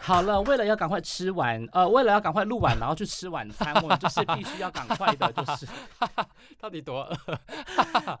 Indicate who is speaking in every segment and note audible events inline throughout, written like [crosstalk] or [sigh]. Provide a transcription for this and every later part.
Speaker 1: 好了，为了要赶快吃完，呃，为了要赶快录完，然后去吃晚餐，我们就是必须要赶快的，就是
Speaker 2: [laughs]
Speaker 1: [laughs]
Speaker 2: 到底多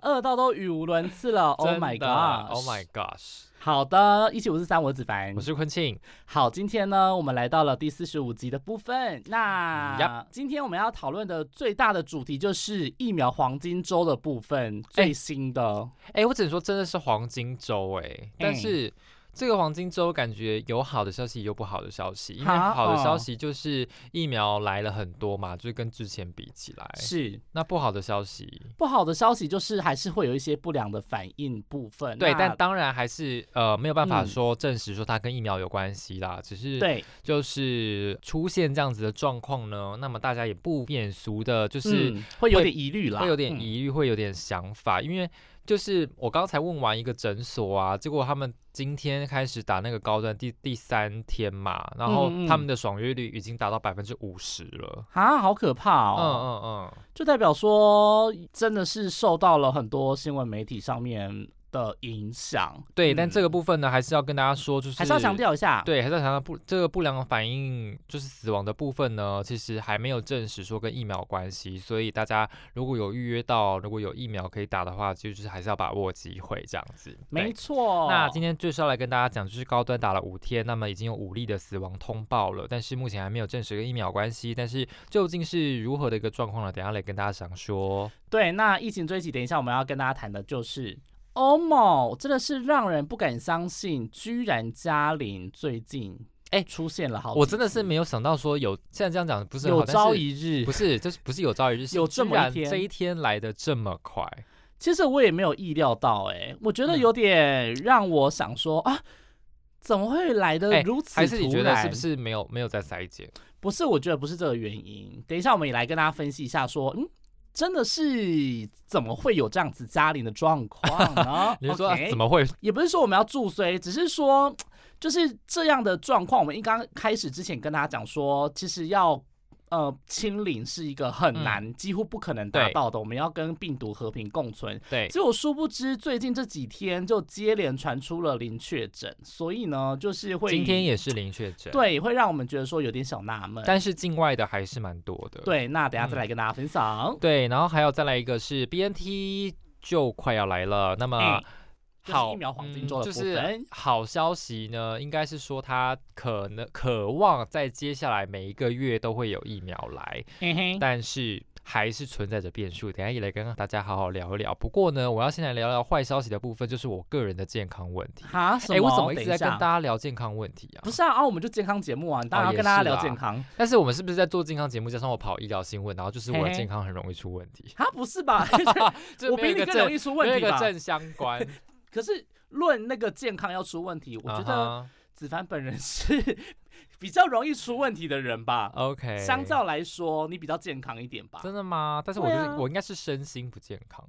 Speaker 2: 饿
Speaker 1: 饿到都语无伦次了。Oh my
Speaker 2: 真的
Speaker 1: god！Oh
Speaker 2: Oh my gosh！
Speaker 1: 好的，一起五四三，我是子凡，
Speaker 2: 我是昆庆，
Speaker 1: 好，今天呢，我们来到了第四十五集的部分。那、
Speaker 2: Yup
Speaker 1: 今天我们要讨论的最大的主题就是疫苗黄金周的部分，最新的。
Speaker 2: 哎、我只能说真的是黄金周哎、但是这个黄金周感觉有好的消息，也有不好的消息。因为
Speaker 1: 哈
Speaker 2: 好的消
Speaker 1: 哦
Speaker 2: 息就是疫苗来了很多嘛，就是跟之前比起来。
Speaker 1: 是
Speaker 2: 那不好的消息，
Speaker 1: 不好的消息就是还是会有一些不良的反应部分。
Speaker 2: 对，
Speaker 1: 那
Speaker 2: 但当然还是呃没有办法
Speaker 1: 嗯
Speaker 2: 说证实说它跟疫苗有关系啦，只是
Speaker 1: 对
Speaker 2: 就是出现这样子的状况呢，那么大家也不免俗的，就是
Speaker 1: 嗯、会有
Speaker 2: 会
Speaker 1: 点疑虑啦，
Speaker 2: 会有点
Speaker 1: 嗯、
Speaker 2: 疑虑，会有点想法，因为就是我刚才问完一个诊所啊，结果他们今天开始打那个高端第第三天嘛，然后
Speaker 1: 嗯嗯
Speaker 2: 他们的爽约率已经达到百分之五十了。
Speaker 1: 啊，好可怕
Speaker 2: 嗯
Speaker 1: 哦！
Speaker 2: 嗯嗯，
Speaker 1: 就代表说真的是受到了很多新闻媒体上面的影响。
Speaker 2: 对，但这个
Speaker 1: 嗯
Speaker 2: 部分呢，还是要跟大家说，就是
Speaker 1: 还是要强调一下，
Speaker 2: 对，还在想到不这个不良反应就是死亡的部分呢，其实还没有证实说跟疫苗有关系，所以大家如果有预约到，如果有疫苗可以打的话，其实就是还是要把握机会这样子。
Speaker 1: 没
Speaker 2: 对。
Speaker 1: 错。
Speaker 2: 那今天就是要来跟大家讲，就是高端打了五天，那么已经有五例的死亡通报了，但是目前还没有证实跟疫苗有关系，但是究竟是如何的一个状况呢？等一下来跟大家详说。
Speaker 1: 对，那疫情追击，等一下我们要跟大家谈的就是欧某，真的是让人不敢相信，居然嘉玲最近哎出现了好，
Speaker 2: 我真的是没有想到说有现在这样讲不是很好
Speaker 1: 有
Speaker 2: 但
Speaker 1: 朝
Speaker 2: 是
Speaker 1: 一日
Speaker 2: 不，是，就是不是有朝一日，是
Speaker 1: 有
Speaker 2: 居
Speaker 1: 这么一
Speaker 2: 然
Speaker 1: 天
Speaker 2: 这一天来的这么快，
Speaker 1: 其实我也没有意料到、哎，我觉得
Speaker 2: 嗯
Speaker 1: 有点让我想说、啊。怎么会来
Speaker 2: 哎
Speaker 1: 的如此突
Speaker 2: 还
Speaker 1: 然？
Speaker 2: 是你觉得是不？是没有没有在筛检？？
Speaker 1: 不是，我觉得不是这个原因。等一下，我们也来跟大家分析一下说嗯，真的是怎么会有这样子嘉玲的状况呢
Speaker 2: [laughs] 你是说、啊
Speaker 1: OK
Speaker 2: 怎么会？
Speaker 1: 也不是说我们要助衰，只是说就是这样的状况。我们一刚开始之前跟大家讲说，其实要呃清零是一个很难、几乎不可能
Speaker 2: 嗯
Speaker 1: 达
Speaker 2: 对
Speaker 1: 到的，我们要跟病毒和平共存。
Speaker 2: 对，
Speaker 1: 结果殊不知，最近这几天就接连传出了零确诊，所以呢，就是会
Speaker 2: 今天也是零确诊，，
Speaker 1: 对会让我们觉得说有点小纳闷。
Speaker 2: 但是嗯境外的还是蛮多的。
Speaker 1: 对，那等一下再来跟大家分享。
Speaker 2: 对，然后还有再来一个是 BNT 就快要来了，那么。
Speaker 1: 嗯就是
Speaker 2: 好，嗯
Speaker 1: 疫苗黄金周的
Speaker 2: 就
Speaker 1: 部
Speaker 2: 是
Speaker 1: 分
Speaker 2: 好消息呢，应该是说它可能渴望在接下来每一个月都会有疫苗来，
Speaker 1: 嘿嘿，
Speaker 2: 但是还是存在着变数。等一下也来跟大家好好聊一聊。不过呢，我要先来聊聊坏消息的部分，就是我个人的健康问题。
Speaker 1: 哈什
Speaker 2: 哎、我怎么一
Speaker 1: 等
Speaker 2: 直
Speaker 1: 一
Speaker 2: 在跟
Speaker 1: 下
Speaker 2: 大家聊健康问题啊？
Speaker 1: 不是啊，啊，我们就健康节目啊，你当然
Speaker 2: 哦
Speaker 1: 要
Speaker 2: 也
Speaker 1: 跟大家
Speaker 2: 是
Speaker 1: 聊
Speaker 2: 啦
Speaker 1: 健康。
Speaker 2: 但是我们是不是在做健康节目，加上我跑医疗新闻，然后就是我
Speaker 1: 嘿
Speaker 2: 的
Speaker 1: 嘿
Speaker 2: 健康很容易出问
Speaker 1: [laughs]
Speaker 2: 题？
Speaker 1: 啊，不是吧？
Speaker 2: 这
Speaker 1: 我
Speaker 2: 没有
Speaker 1: 比
Speaker 2: 一
Speaker 1: 你
Speaker 2: 个
Speaker 1: 更容
Speaker 2: 正，
Speaker 1: 易出
Speaker 2: 没有
Speaker 1: 问
Speaker 2: 一
Speaker 1: 题
Speaker 2: 个
Speaker 1: 吧？
Speaker 2: 正相 [laughs] 关。
Speaker 1: 可是论那个健康要出问题，我觉得
Speaker 2: 啊
Speaker 1: 子凡本人是 [laughs] 比较容易出问题的人
Speaker 2: 哈
Speaker 1: 吧。
Speaker 2: OK，
Speaker 1: 相较来说，你比较健康一点吧。
Speaker 2: 真的吗？但是我
Speaker 1: 对
Speaker 2: 就是、
Speaker 1: 啊
Speaker 2: 我应该是身心不健康，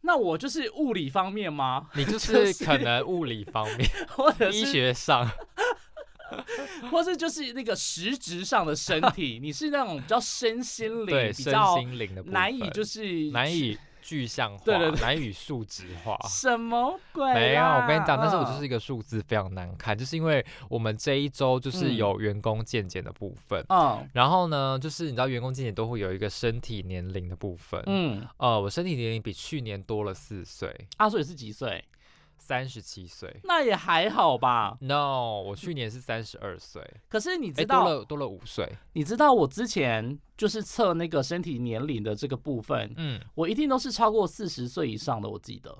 Speaker 1: 那我就是物理方面吗？
Speaker 2: 你就
Speaker 1: 就是
Speaker 2: 是可能物理方面、
Speaker 1: 或者
Speaker 2: 医
Speaker 1: 是，
Speaker 2: 学上，
Speaker 1: 或是就是那个实质上的身
Speaker 2: [laughs]
Speaker 1: 体，你是那种比较身心灵
Speaker 2: 对
Speaker 1: 比
Speaker 2: 身
Speaker 1: 较
Speaker 2: 心灵的部
Speaker 1: 难以
Speaker 2: 分
Speaker 1: 就是
Speaker 2: 难以具象化，
Speaker 1: 对对对
Speaker 2: 难以数值化。
Speaker 1: 什么鬼啦？
Speaker 2: 没有，我跟你讲，但是我就
Speaker 1: 嗯
Speaker 2: 是一个数字非常难看，就是因为我们这一周就是
Speaker 1: 嗯
Speaker 2: 有员工健检的部分，
Speaker 1: 嗯
Speaker 2: 然后呢，就是你知道员工健检都会有一个身体年龄的部分，
Speaker 1: 嗯，
Speaker 2: 呃，我身体年龄比去年多了四岁，
Speaker 1: 阿水是几岁？
Speaker 2: 三十七岁。
Speaker 1: 那也还好吧。
Speaker 2: No，我去年是三十二岁，
Speaker 1: 可是你
Speaker 2: 哎，多
Speaker 1: 知道，
Speaker 2: 了多了五岁。
Speaker 1: 你知道我之前就是测那个身体年龄的这个部分，
Speaker 2: 嗯，
Speaker 1: 我一定都是超过四十岁以上的。我记得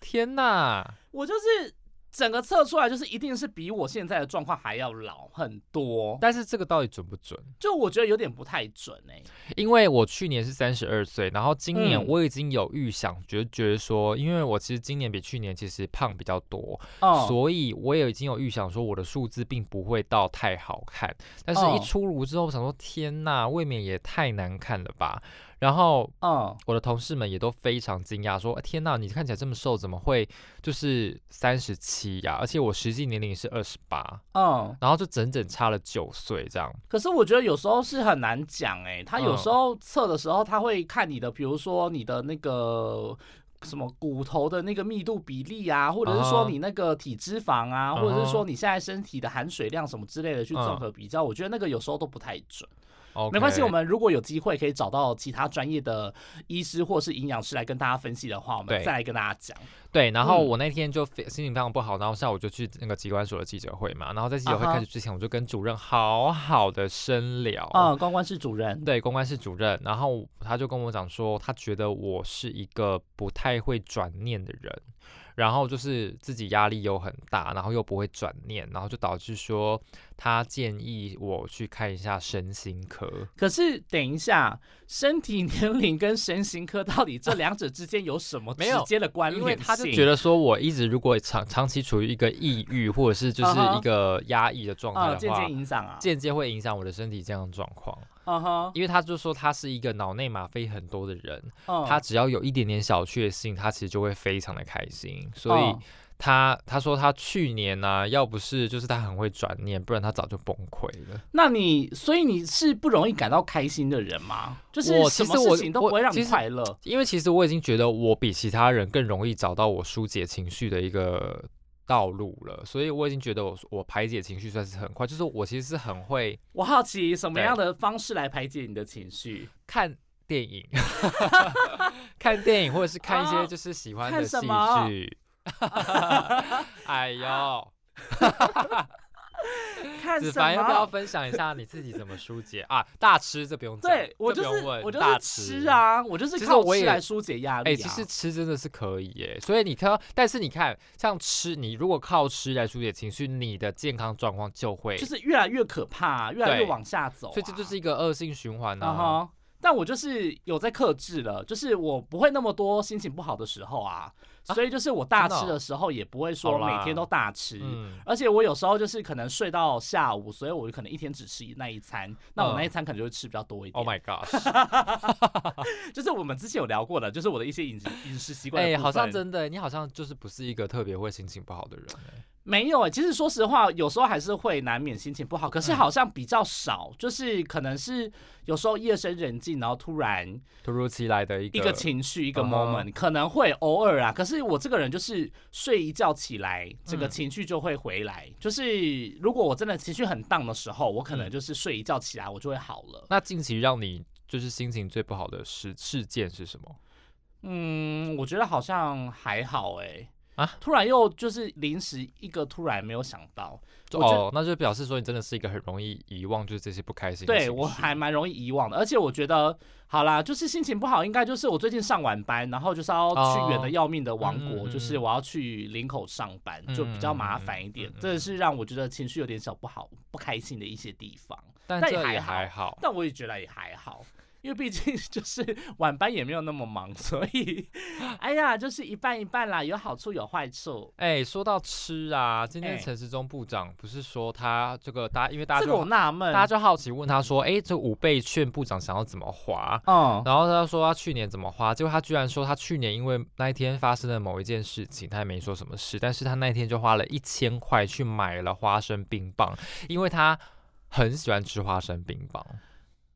Speaker 2: 天哪！
Speaker 1: 我就是整个测出来，就是一定是比我现在的状况还要老很多，
Speaker 2: 但是这个到底准不准？
Speaker 1: 就我觉得有点不太准哎、
Speaker 2: 因为我去年是三十二岁，然后今年
Speaker 1: 嗯
Speaker 2: 我已经有预想，觉觉得说，因为我其实今年比去年其实胖比较多，
Speaker 1: 哦，
Speaker 2: 所以我也已经有预想说我的数字并不会到太好看，但是一
Speaker 1: 哦
Speaker 2: 出炉之后，我想说天呐，未免也太难看了吧。然后
Speaker 1: 嗯，
Speaker 2: 我的同事们也都非常惊讶，说：“呃天呐，你看起来这么瘦，怎么会就是三十七呀？而且我实际年龄是二十八，
Speaker 1: 嗯，
Speaker 2: 然后就整整差了九岁这样。
Speaker 1: 可是我觉得有时候是很难讲
Speaker 2: 嗯
Speaker 1: 哎、他有时候测的时候他会看你的，比如说你的那个什么骨头的那个密度比例啊，或者是
Speaker 2: 啊
Speaker 1: 说你那个体脂肪啊，或者
Speaker 2: 嗯哼
Speaker 1: 是说你现在身体的含水量什么之类的去综
Speaker 2: 嗯
Speaker 1: 合比较，我觉得那个有时候都不太准。
Speaker 2: OK，
Speaker 1: 没关系，我们如果有机会可以找到其他专业的医师或是营养师来跟大家分析的话，我
Speaker 2: 对
Speaker 1: 们再来跟大家讲。
Speaker 2: 对。然后
Speaker 1: 嗯
Speaker 2: 我那天就非心情非常不好，然后下午就去那个机关所的记者会嘛。然后在记者会
Speaker 1: 啊哈
Speaker 2: 开始之前，我就跟主任好好的深聊。
Speaker 1: 嗯，关关是主任，
Speaker 2: 对，公关室主任，然后他就跟我讲说，他觉得我是一个不太会转念的人，然后就是自己压力又很大，然后又不会转念，然后就导致说他建议我去看一下身心科。
Speaker 1: 可是等一下，身体年龄跟身形科到底这两者之间有什么
Speaker 2: 没
Speaker 1: 直
Speaker 2: 有
Speaker 1: 接的关联
Speaker 2: 因
Speaker 1: 性？
Speaker 2: 为他就觉得说，我一直如果长长期处于一个抑郁或者是就是
Speaker 1: 嗯
Speaker 2: 一
Speaker 1: 哼
Speaker 2: 个压抑的状态
Speaker 1: 啊，
Speaker 2: 的
Speaker 1: 间
Speaker 2: 话
Speaker 1: 接，影响啊，
Speaker 2: 间接会影响我的身体健康状况。
Speaker 1: 嗯哼，
Speaker 2: 因为他就说他是一个脑内吗啡很多的人，
Speaker 1: 嗯
Speaker 2: 他只要有一点点小确幸，他其实就会非常的开心。所以
Speaker 1: 嗯
Speaker 2: 他、他说他去年呢、啊要不是就是他很会转念，不然他早就崩溃了。
Speaker 1: 那你所以你是不容易感到开心的人吗？就是
Speaker 2: 我
Speaker 1: 什
Speaker 2: 其
Speaker 1: 么
Speaker 2: 实我
Speaker 1: 事情都不会让
Speaker 2: 我
Speaker 1: 你
Speaker 2: 其实
Speaker 1: 快乐。
Speaker 2: 因为其实我已经觉得我比其他人更容易找到我疏解情绪的一个道路了，所以我已经觉得我我排解情绪算是很快，就是我其实是很会
Speaker 1: 我好奇什么样的方式来排解你的情绪？
Speaker 2: 看。电影， [laughs] 看电影，或者是看一些
Speaker 1: 啊
Speaker 2: 就是喜欢的
Speaker 1: 看
Speaker 2: 戏
Speaker 1: 什么
Speaker 2: 剧。 [laughs] 哎呦，
Speaker 1: 看
Speaker 2: 子
Speaker 1: 什
Speaker 2: 凡要不要
Speaker 1: 么？
Speaker 2: 分享一下你自己怎么疏解啊？大吃这不用讲，
Speaker 1: 对我
Speaker 2: 这
Speaker 1: 就
Speaker 2: 不
Speaker 1: 是
Speaker 2: 用问
Speaker 1: 我就
Speaker 2: 大
Speaker 1: 是
Speaker 2: 吃
Speaker 1: 吃。啊，我就是
Speaker 2: 其实
Speaker 1: 靠
Speaker 2: 我也
Speaker 1: 吃来疏解压力
Speaker 2: 哎、
Speaker 1: 啊。
Speaker 2: 其实吃真的是可以耶，所以你看到，但是你看，像吃，你如果靠吃来疏解情绪，你的健康状况就会，
Speaker 1: 就是越来越可怕、越来
Speaker 2: 对
Speaker 1: 越往下走啊、
Speaker 2: 所以这就是一个恶性循环
Speaker 1: 啊
Speaker 2: 啊。
Speaker 1: 哈。但我就是有在克制了，就是我不会那么多心情不好的时候啊，
Speaker 2: 啊
Speaker 1: 所以就是我大
Speaker 2: 真的
Speaker 1: 吃
Speaker 2: 哦
Speaker 1: 的时候也不会说
Speaker 2: 好啦
Speaker 1: 每天都大吃，
Speaker 2: 嗯，
Speaker 1: 而且我有时候就是可能睡到下午，所以我可能一天只吃那一餐，那我那一餐可能就会吃比较多一
Speaker 2: 嗯
Speaker 1: 点。
Speaker 2: Oh my gosh！
Speaker 1: [laughs] 就是我们之前有聊过的，就是我的一些饮食饮食习惯的
Speaker 2: 哎、
Speaker 1: 部分。
Speaker 2: 好像真的，你好像就是不是一个特别会心情不好的人哎。
Speaker 1: 没有哎、其实说实话，有时候还是会难免心情不好，可
Speaker 2: 嗯
Speaker 1: 是好像比较少，就是可能是有时候夜深人静，然后突然
Speaker 2: 突如其来的一个
Speaker 1: 一个情绪一个
Speaker 2: 嗯哼
Speaker 1: moment，、可能会偶尔啊。可是我这个人就是睡一觉起来，这个
Speaker 2: 嗯
Speaker 1: 情绪就会回来。就是如果我真的情绪很荡的时候，我可
Speaker 2: 嗯
Speaker 1: 能就是睡一觉起来，我就会好了。
Speaker 2: 那近期让你就是心情最不好的事事件是什么？
Speaker 1: 嗯，我觉得好像还好哎、
Speaker 2: 啊
Speaker 1: 突然又就是临时一个突然没有想到，我觉得
Speaker 2: 哦，那就表示说你真的是一个很容易遗忘，就是这些不开心的情绪。
Speaker 1: 对我还蛮容易遗忘的，而且我觉得好啦，就是心情不好，应该就是我最近上晚班，然后就是要
Speaker 2: 哦
Speaker 1: 去远的要命的王
Speaker 2: 嗯
Speaker 1: 国，
Speaker 2: 嗯嗯
Speaker 1: 就是我要去林口上班，就比较麻烦一
Speaker 2: 嗯嗯
Speaker 1: 点，
Speaker 2: 嗯嗯嗯
Speaker 1: 这是让我觉得情绪有点小不好、不开心的一些地方，
Speaker 2: 但
Speaker 1: 但
Speaker 2: 这
Speaker 1: 也还
Speaker 2: 也
Speaker 1: 好
Speaker 2: 还好。
Speaker 1: 但我也觉得也还好。因为毕竟 [laughs] 就是晚班也没有那么忙，所以，哎呀，就是一半一半啦，有好处有坏处。
Speaker 2: 哎、说到吃啊，今天
Speaker 1: 哎
Speaker 2: 陈时中部长不是说他这个大家，因为大家
Speaker 1: 这
Speaker 2: 就
Speaker 1: 个我纳闷，
Speaker 2: 大家就好奇问他说，哎、这五倍券部长想要怎么花？
Speaker 1: 嗯，
Speaker 2: 然后他说他去年怎么花，结果他居然说他去年因为那一天发生了某一件事情，他也没说什么事，但是他那一天就花了一千块去买了花生冰棒，因为他很喜欢吃花生冰棒。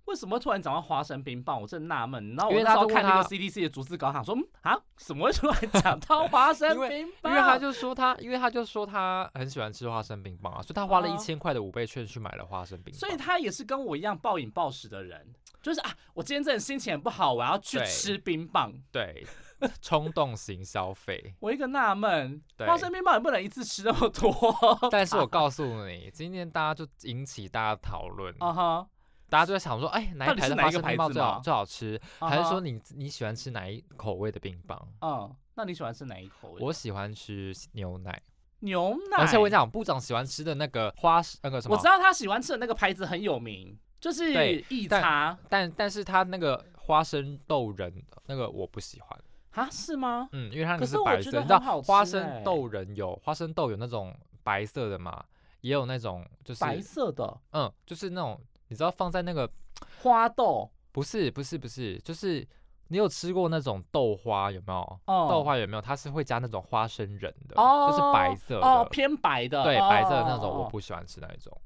Speaker 1: 为什么突然讲到花生冰棒？我真纳闷。然后
Speaker 2: 因
Speaker 1: 我
Speaker 2: 为他
Speaker 1: 那时候
Speaker 2: 就
Speaker 1: 看
Speaker 2: 问他
Speaker 1: 那个 CDC 的逐字稿，想说，嗯啊，怎么会突然讲到花生
Speaker 2: [laughs] 因为
Speaker 1: 冰
Speaker 2: 因
Speaker 1: 棒？
Speaker 2: 为他就说他，因为他就说他很喜欢吃花生冰棒啊，所以他花了一
Speaker 1: 哦
Speaker 2: 千块的五倍券去买了花生冰棒。
Speaker 1: 所以他也是跟我一样暴饮暴食的人，就是啊，我今天真的心情很不好，我要去
Speaker 2: 对
Speaker 1: 吃冰棒。
Speaker 2: 对， [laughs] 冲动型消
Speaker 1: [laughs]
Speaker 2: 费。
Speaker 1: 我一个纳闷，
Speaker 2: 对
Speaker 1: 花生冰棒也不能一次吃那么多。 [laughs]
Speaker 2: 但是我告诉你，今天大家就引起大家讨论，
Speaker 1: 啊哈，
Speaker 2: 大家就在想说，哎，哪
Speaker 1: 到
Speaker 2: 一
Speaker 1: 底
Speaker 2: 排
Speaker 1: 是
Speaker 2: 的
Speaker 1: 哪
Speaker 2: 花
Speaker 1: 一个
Speaker 2: 生
Speaker 1: 牌
Speaker 2: 冰棒
Speaker 1: 子
Speaker 2: 最好
Speaker 1: 吗
Speaker 2: 最好吃？
Speaker 1: 啊
Speaker 2: 还是说
Speaker 1: 哈
Speaker 2: 你你喜欢吃哪一口味的冰棒？
Speaker 1: 嗯，那你喜欢吃哪一口味的？
Speaker 2: 我喜欢吃牛奶，
Speaker 1: 牛奶。
Speaker 2: 而且我跟你讲，部长喜欢吃的那个花那个什么
Speaker 1: 我知，道他喜欢吃的那个牌子很有名，就是
Speaker 2: 对
Speaker 1: 益
Speaker 2: 但
Speaker 1: 茶
Speaker 2: 但但是他那个花生豆仁那个我不喜欢，
Speaker 1: 啊，是吗？
Speaker 2: 嗯，因为它那
Speaker 1: 可
Speaker 2: 个
Speaker 1: 是我
Speaker 2: 白
Speaker 1: 觉
Speaker 2: 色，
Speaker 1: 得
Speaker 2: 你知道
Speaker 1: 很好
Speaker 2: 花
Speaker 1: 吃
Speaker 2: 生
Speaker 1: 欸
Speaker 2: 豆仁有花生豆有那种白色的嘛，也有那种就是
Speaker 1: 白色的
Speaker 2: 嗯，就是那种你知道放在那个
Speaker 1: 花豆
Speaker 2: 不是不是不是，就是你有吃过那种豆花有没有？
Speaker 1: 哦
Speaker 2: 豆花有没有？它是会加那种花生仁的，
Speaker 1: 哦，
Speaker 2: 就是白色的，
Speaker 1: 哦，偏白的，
Speaker 2: 对，
Speaker 1: 哦
Speaker 2: 白色的那种我
Speaker 1: 哦
Speaker 2: 不喜欢吃那一种，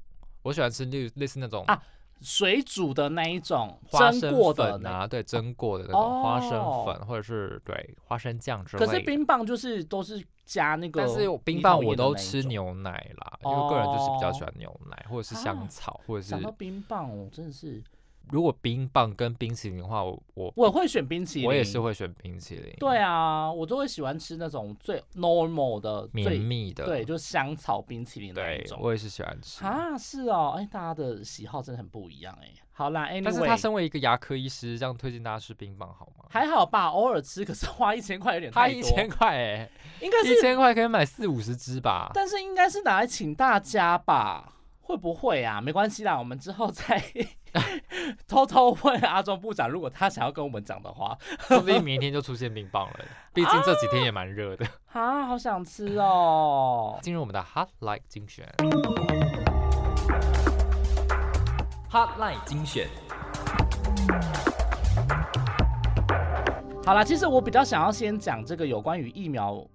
Speaker 2: 我喜欢吃类类似那种
Speaker 1: 啊水煮的那一种，
Speaker 2: 花
Speaker 1: 蒸
Speaker 2: 生
Speaker 1: 过的
Speaker 2: 粉
Speaker 1: 那
Speaker 2: 啊，对，蒸过的那种花生
Speaker 1: 哦
Speaker 2: 粉，或者是对花生酱之类
Speaker 1: 可
Speaker 2: 的。
Speaker 1: 是冰棒就是都是加那个，
Speaker 2: 但是冰棒我都吃。牛奶啦，因为我个人就是比较喜欢牛奶，或者是
Speaker 1: 啊
Speaker 2: 香草，或者
Speaker 1: 想到
Speaker 2: 是
Speaker 1: 冰棒，我真的是
Speaker 2: 如果冰棒跟冰淇淋的话，我我
Speaker 1: 我会选冰淇淋，
Speaker 2: 我也是。会选冰淇淋，
Speaker 1: 对，啊，我都会喜欢吃那种最 normal 的，
Speaker 2: 绵
Speaker 1: 最
Speaker 2: 密的，
Speaker 1: 对，就是香草冰淇淋那一
Speaker 2: 对，
Speaker 1: 种。
Speaker 2: 我也是喜欢吃。
Speaker 1: 啊，是哦，哎，大家的喜好真的很不一样哎。好啦
Speaker 2: 但是他
Speaker 1: ，anyway，
Speaker 2: 身为一个牙科医师，这样推荐大家吃冰棒好吗？
Speaker 1: 还好吧，偶尔吃，可是花一千块有点
Speaker 2: 他
Speaker 1: 太多。
Speaker 2: 一千块哎，
Speaker 1: 应该
Speaker 2: 一
Speaker 1: 是，
Speaker 2: 千块可以买四五十支吧？
Speaker 1: 但是应该是拿来请大家吧？会不会啊？没关系啦，我们之后再 [laughs] 偷偷问阿中部长，如果他想要跟我们讲的话。
Speaker 2: 说不定明天就出现冰棒
Speaker 1: [laughs]
Speaker 2: 了，毕竟这几天也蛮热的。
Speaker 1: 啊，好想吃哦！
Speaker 2: 进入我们的 Hot Like 精选。Hot Like 精选，
Speaker 1: 好啦，其实我比较想要先讲这个有关于疫苗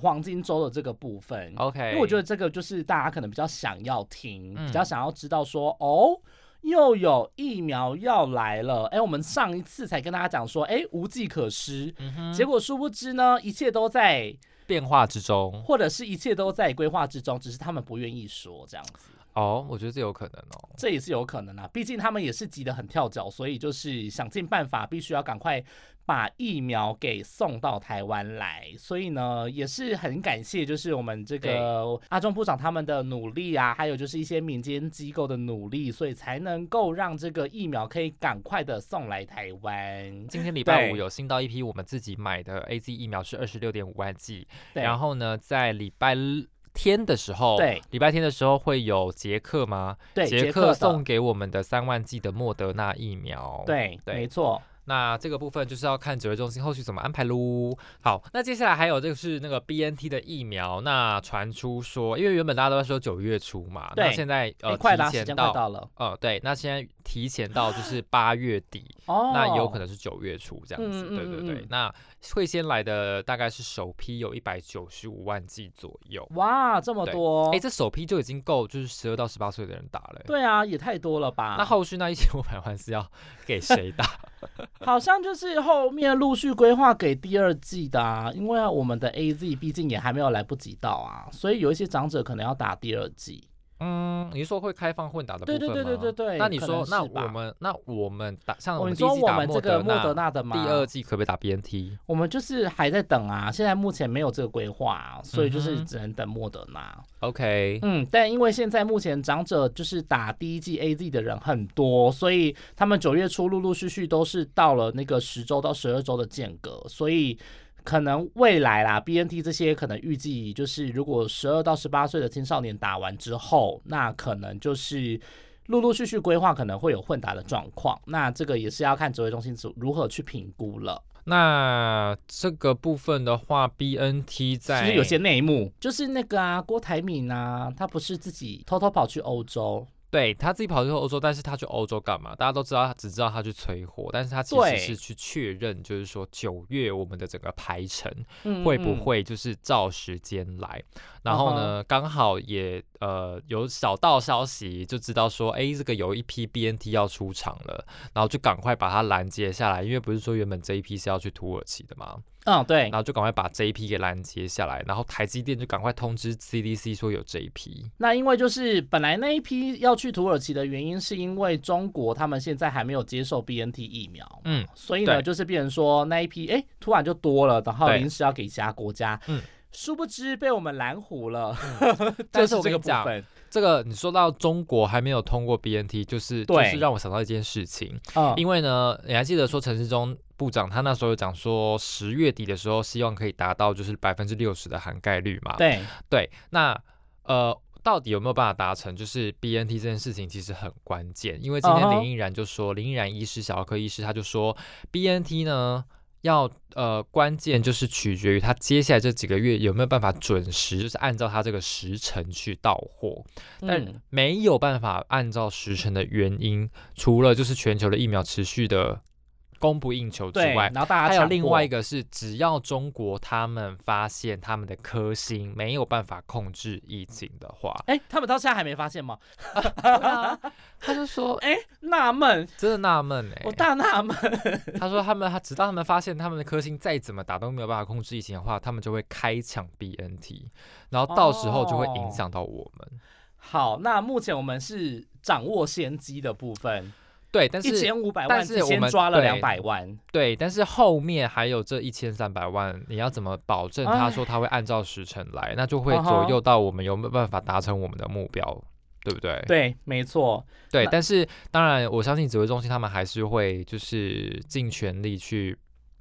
Speaker 1: 黄金周的这个部分
Speaker 2: OK
Speaker 1: 嗯因为我觉得这个就是大家可能比较想要听，
Speaker 2: 嗯
Speaker 1: 比较想要知道说哦。又有疫苗要来了，哎、我们上一次才跟大家讲说，哎、无计可施，
Speaker 2: 嗯哼，
Speaker 1: 结果殊不知呢，一切都在，
Speaker 2: 变化之中
Speaker 1: 或者是一切都在规划之中，只是他们不愿意说这样子，
Speaker 2: 哦，我觉得这有可能哦。
Speaker 1: 这也是有可能啊，毕竟他们也是急得很跳脚，所以就是想尽办法，必须要赶快把疫苗给送到台湾来。所以呢，也是很感谢，就是我们这个阿中部长他们的努力啊，还有就是一些民间机构的努力，所以才能够让这个疫苗可以赶快的送来台湾。
Speaker 2: 今天礼拜五
Speaker 1: 对
Speaker 2: 有新到一批我们自己买的 A Z 疫苗是二十六点五万剂，
Speaker 1: 对，
Speaker 2: 然后呢，在礼拜天的时候，
Speaker 1: 对，
Speaker 2: 礼拜天的时候会有捷克吗？
Speaker 1: 对
Speaker 2: 捷
Speaker 1: 克的
Speaker 2: 送给我们的三万剂的莫德纳疫苗。，
Speaker 1: 对
Speaker 2: 对
Speaker 1: 没错，
Speaker 2: 那这个部分就是要看指挥中心后续怎么安排喽。好，那接下来还有就是那个 B N T 的疫苗，那传出说，因为原本大家都在说九月初嘛，
Speaker 1: 对
Speaker 2: 那现在
Speaker 1: 哎
Speaker 2: 呃
Speaker 1: 快啦，
Speaker 2: 提
Speaker 1: 时间
Speaker 2: 前
Speaker 1: 快
Speaker 2: 到。
Speaker 1: 到了
Speaker 2: 呃，对，那现在提前到就是八月底，
Speaker 1: 啊哦，
Speaker 2: 那有可能是九月初这样子，
Speaker 1: 嗯嗯
Speaker 2: 对对
Speaker 1: 嗯
Speaker 2: 对
Speaker 1: 嗯。
Speaker 2: 那会先来的大概是首批有一百九十五万剂左右，
Speaker 1: 哇，这么
Speaker 2: 对
Speaker 1: 多，
Speaker 2: 哎、这首批就已经够就是十二到十八岁的人打了、
Speaker 1: 对啊，也太多了吧？
Speaker 2: 那后续那一千五百万是要给谁打？ [laughs]
Speaker 1: 好像就是后面陆续规划给第二季的啊，因为我们的 A Z 毕竟也还没有来不及到啊，所以有一些长者可能要打第二季。
Speaker 2: 嗯，你说会开放混打的部
Speaker 1: 对
Speaker 2: 分吗？
Speaker 1: 对对对对对，
Speaker 2: 那你
Speaker 1: 可能
Speaker 2: 说，
Speaker 1: 是
Speaker 2: 那
Speaker 1: 吧
Speaker 2: 我们那我们打像
Speaker 1: 哦，
Speaker 2: 我
Speaker 1: 你
Speaker 2: 们第一
Speaker 1: 说
Speaker 2: 季
Speaker 1: 我
Speaker 2: 打
Speaker 1: 们这个莫德纳的吗？嗯
Speaker 2: 第二，季可不可以打 BNT？
Speaker 1: 我们就是还在等啊，现在目前没有这个规划、啊，所以就
Speaker 2: 嗯
Speaker 1: 是
Speaker 2: 哼
Speaker 1: 只能等莫德纳。
Speaker 2: OK，
Speaker 1: 嗯，但因为现在目前长者就是打第一季 A Z 的人很多，所以他们九月初陆陆续续都是到了那个十周到十二周的间隔，所以可能未来啦，B N T 这些可能预计就是如果十二到十八岁的青少年打完之后，那可能就是。陆陆续续规划可能会有混打的状况，那这个也是要看指挥中心如何去评估了。
Speaker 2: 那这个部分的话，BNT
Speaker 1: 其
Speaker 2: 在
Speaker 1: 实有些内幕，就是那个啊，郭台铭啊，他不是自己偷偷跑去欧洲，
Speaker 2: 对他自己跑去欧洲，但是他去欧洲干嘛？大家都知道，他只知道他去催货，但是他其实
Speaker 1: 对
Speaker 2: 是去确认，就是说九月我们的整个排程
Speaker 1: 嗯
Speaker 2: 会不
Speaker 1: 嗯
Speaker 2: 会就是照时间来？然后呢，刚好也呃有小道消息，就知道说，哎，这个有一批 BNT 要出场了，然后就赶快把它拦截下来，因为不是说原本这一批是要去土耳其的嘛，
Speaker 1: 嗯，对
Speaker 2: 然，后就赶快把这一批给拦截下来，然后台积电就赶快通知 CDC 说有这一批。
Speaker 1: 那因为就是本来那一批要去土耳其的原因，是因为中国他们现在还没有接受 B N T 疫苗，
Speaker 2: 嗯，
Speaker 1: 所以呢，
Speaker 2: 对
Speaker 1: 就是变成说那一批哎、诶突然就多了，然后
Speaker 2: 对
Speaker 1: 临时要给其他国家，
Speaker 2: 嗯
Speaker 1: 殊不知被我们拦糊了。
Speaker 2: 但
Speaker 1: [laughs] 但
Speaker 2: 是我
Speaker 1: 这
Speaker 2: 跟你
Speaker 1: 个部
Speaker 2: 讲
Speaker 1: 分，
Speaker 2: 这个你说到中国还没有通过 BNT，就是就
Speaker 1: 对
Speaker 2: 是让我想到一件事情，
Speaker 1: 嗯，
Speaker 2: 因为呢，你还记得说陈世忠部长他那时候有讲说十月底的时候希望可以达到就是百分之六十的涵盖率嘛？
Speaker 1: 对，
Speaker 2: 对那呃。到底有没有办法达成？就是 BNT 这件事情其实很关键，因为今天
Speaker 1: 嗯哼
Speaker 2: 林依然就说林依然医师、小儿科医师他就说 BNT 呢要呃，关键就是取决于他接下来这几个月有没有办法准时，就是按照他这个时辰去到货。但
Speaker 1: 嗯
Speaker 2: 没有办法按照时辰的原因，除了就是全球的疫苗持续的供不应求之
Speaker 1: 对，
Speaker 2: 外
Speaker 1: 然，后大家
Speaker 2: 还有
Speaker 1: 抢
Speaker 2: 另
Speaker 1: 货
Speaker 2: 外一个是，只要中国他们发现他们的科兴没有办法控制疫情的话，
Speaker 1: [laughs] 哎、他们到现在还没发现吗？
Speaker 2: 他就说
Speaker 1: 哎、纳闷，
Speaker 2: 真的纳闷哎
Speaker 1: 我，大纳闷。
Speaker 2: 他说他们他直到他们发现他们的科兴再怎么打都没有办法控制疫情的话，他们就会开抢 BNT，然后到时候就会影
Speaker 1: 哦
Speaker 2: 响到我们。
Speaker 1: 好，那目前我们是掌握先机的部分，
Speaker 2: 对，但
Speaker 1: 一
Speaker 2: 是
Speaker 1: 千五百
Speaker 2: 但
Speaker 1: 万
Speaker 2: 是
Speaker 1: 只
Speaker 2: 我
Speaker 1: 先
Speaker 2: 们
Speaker 1: 抓了两
Speaker 2: 对
Speaker 1: 百万，
Speaker 2: 对，但是后面还有这一千三百万，你要怎么保证他说他会按照时辰来？那就会
Speaker 1: 啊哈
Speaker 2: 左右到我们有没有办法达成我们的目标，对不对？
Speaker 1: 对，没错，
Speaker 2: 对
Speaker 1: 那
Speaker 2: 但是当然，我相信指挥中心他们还是会就是尽全力去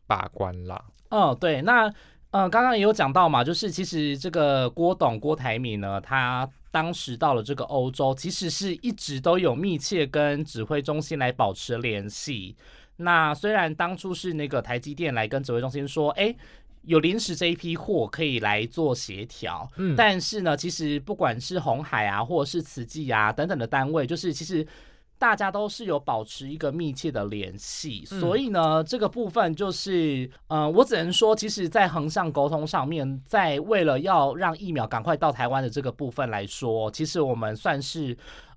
Speaker 2: 把关啦。
Speaker 1: 嗯，对，那嗯，呃刚刚也有讲到嘛，就是其实这个郭董郭台铭呢，他当时到了这个欧洲，其实是一直都有密切跟指挥中心来保持联系。那虽然当初是那个台积电来跟指挥中心说，哎，有临时这一批货可以来做协调，
Speaker 2: 嗯，
Speaker 1: 但是呢，其实不管是红海啊，或者是慈济啊等等的单位，就是其实大家都是有保持一个密切的联系，
Speaker 2: 嗯
Speaker 1: 所以呢，这个部分就是，嗯、我只能说，其实，在横向沟通上面，在为了要让疫苗赶快到台湾的这个部分来说，其实我们算是。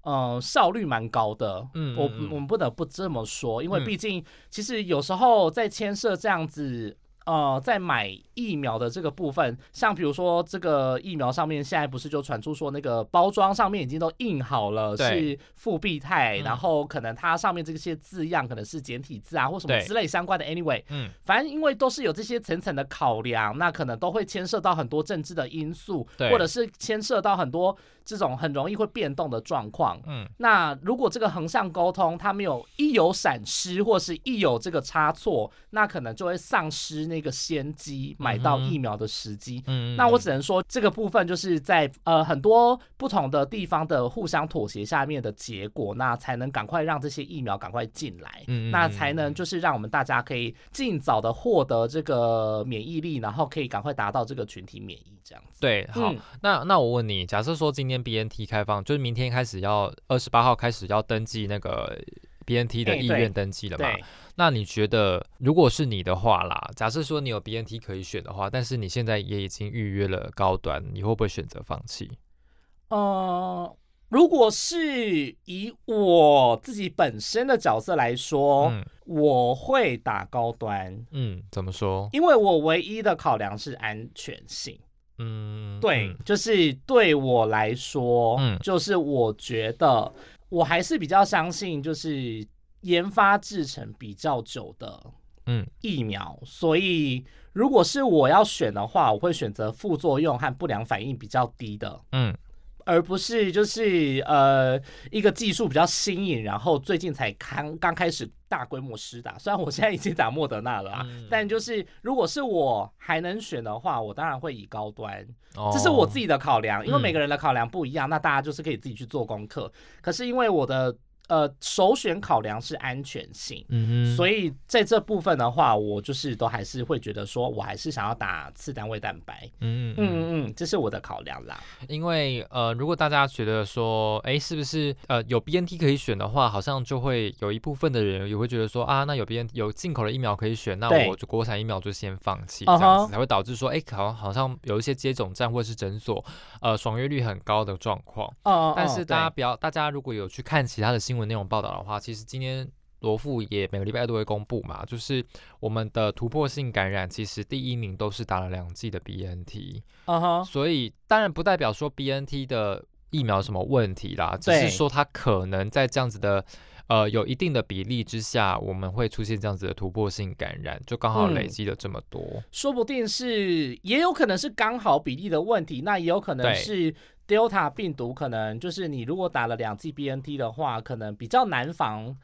Speaker 1: 嗯，效率蛮高的，
Speaker 2: 嗯
Speaker 1: 我
Speaker 2: 嗯嗯
Speaker 1: 我们不得不这么说，因为
Speaker 2: 嗯
Speaker 1: 毕竟其实有时候在牵涉这样子呃，在买疫苗的这个部分，像比如说这个疫苗上面，现在不是就传出说那个包装上面已经都印好了
Speaker 2: 对
Speaker 1: 是复必泰，
Speaker 2: 嗯
Speaker 1: 然后可能它上面这些字样可能是简体字啊或什么
Speaker 2: 对
Speaker 1: 之类相关的。Anyway，
Speaker 2: 嗯，
Speaker 1: 反正因为都是有这些层层的考量，那可能都会牵涉到很多政治的因素，
Speaker 2: 对
Speaker 1: 或者是牵涉到很多这种很容易会变动的状况。
Speaker 2: 嗯，
Speaker 1: 那如果这个横向沟通它没有一有闪失，或是一有这个差错，那可能就会丧失那个先机，买到
Speaker 2: 嗯哼
Speaker 1: 疫苗的时机。
Speaker 2: 嗯嗯
Speaker 1: 那我只能说，这个部分就是在呃很多不同的地方的互相妥协下面的结果，那才能赶快让这些疫苗赶快进来，
Speaker 2: 嗯嗯
Speaker 1: 那
Speaker 2: 嗯
Speaker 1: 才
Speaker 2: 嗯
Speaker 1: 能就是让我们大家可以尽早的获得这个免疫力，然后可以赶快达到这个群体免疫这样子。
Speaker 2: 对，好，
Speaker 1: 嗯
Speaker 2: 那那我问你，假设说今天 BNT 开放，就是明天开始要二十八号开始要登记那个 BNT 的
Speaker 1: 哎
Speaker 2: 意
Speaker 1: 对
Speaker 2: 愿登记了嘛？
Speaker 1: 对，
Speaker 2: 那你觉得如果是你的话啦，假设说你有 BNT 可以选的话，但是你现在也已经预约了高端，你会不会选择放弃？
Speaker 1: 呃，如果是以我自己本身的角色来说，
Speaker 2: 嗯
Speaker 1: 我会打高端，
Speaker 2: 嗯，怎么说？
Speaker 1: 因为我唯一的考量是安全性。
Speaker 2: 嗯，
Speaker 1: 对，
Speaker 2: 嗯
Speaker 1: 就是对我来说，
Speaker 2: 嗯
Speaker 1: 就是我觉得我还是比较相信，就是研发制成比较久的，
Speaker 2: 嗯
Speaker 1: 疫苗，所以如果是我要选的话，我会选择副作用和不良反应比较低的。
Speaker 2: 嗯
Speaker 1: 而不是就是呃一个技术比较新颖，然后最近才刚刚开始大规模施打。虽然我现在已经打莫德纳了啊，
Speaker 2: 嗯
Speaker 1: 但就是如果是我还能选的话，我当然会以高端，
Speaker 2: 哦
Speaker 1: 这是我自己的考量，因为
Speaker 2: 嗯
Speaker 1: 每个人的考量不一样，那大家就是可以自己去做功课。可是因为我的呃首选考量是安全性。
Speaker 2: 嗯哼，
Speaker 1: 所
Speaker 2: 以
Speaker 1: 以在这部分的话，我就是都还是会觉得说，我还是想要打次单位蛋白。
Speaker 2: 嗯嗯嗯，
Speaker 1: 嗯嗯嗯，这是我的考量啦。
Speaker 2: 因为呃，如果大家觉得说，哎，是不是呃有 BNT 可以选的话，好像就会有一部分的人也会觉得说啊，那有 BNT 有进口的疫苗可以选，那
Speaker 1: 对
Speaker 2: 我就国产疫苗就先放弃，这样
Speaker 1: 嗯哼
Speaker 2: 子才会导致说，哎，好像好像有一些接种站或是诊所，呃，爽约率很高的状况。
Speaker 1: 哦，
Speaker 2: 但
Speaker 1: 哦
Speaker 2: 是大家不要，大家如果有去看其他的新闻内容报道的话，其实今天罗富也每个礼拜都会公布嘛，就是我们的突破性感染，其实第一名都是打了两剂的 BNT，、
Speaker 1: 嗯哼，
Speaker 2: 所以当然不代表说 BNT 的疫苗有什么问题啦，只
Speaker 1: 对
Speaker 2: 是说它可能在这样子的。呃，有一定的比例之下，我们会出现这样子的突破性感染，就刚好累
Speaker 1: 嗯
Speaker 2: 积了这么多。
Speaker 1: 说不定是，也有可能是刚好比例的问题，那也有可能
Speaker 2: 对
Speaker 1: 是 Delta 病毒，可能就是你如果打了两剂 BNT 的话，可能比较难防。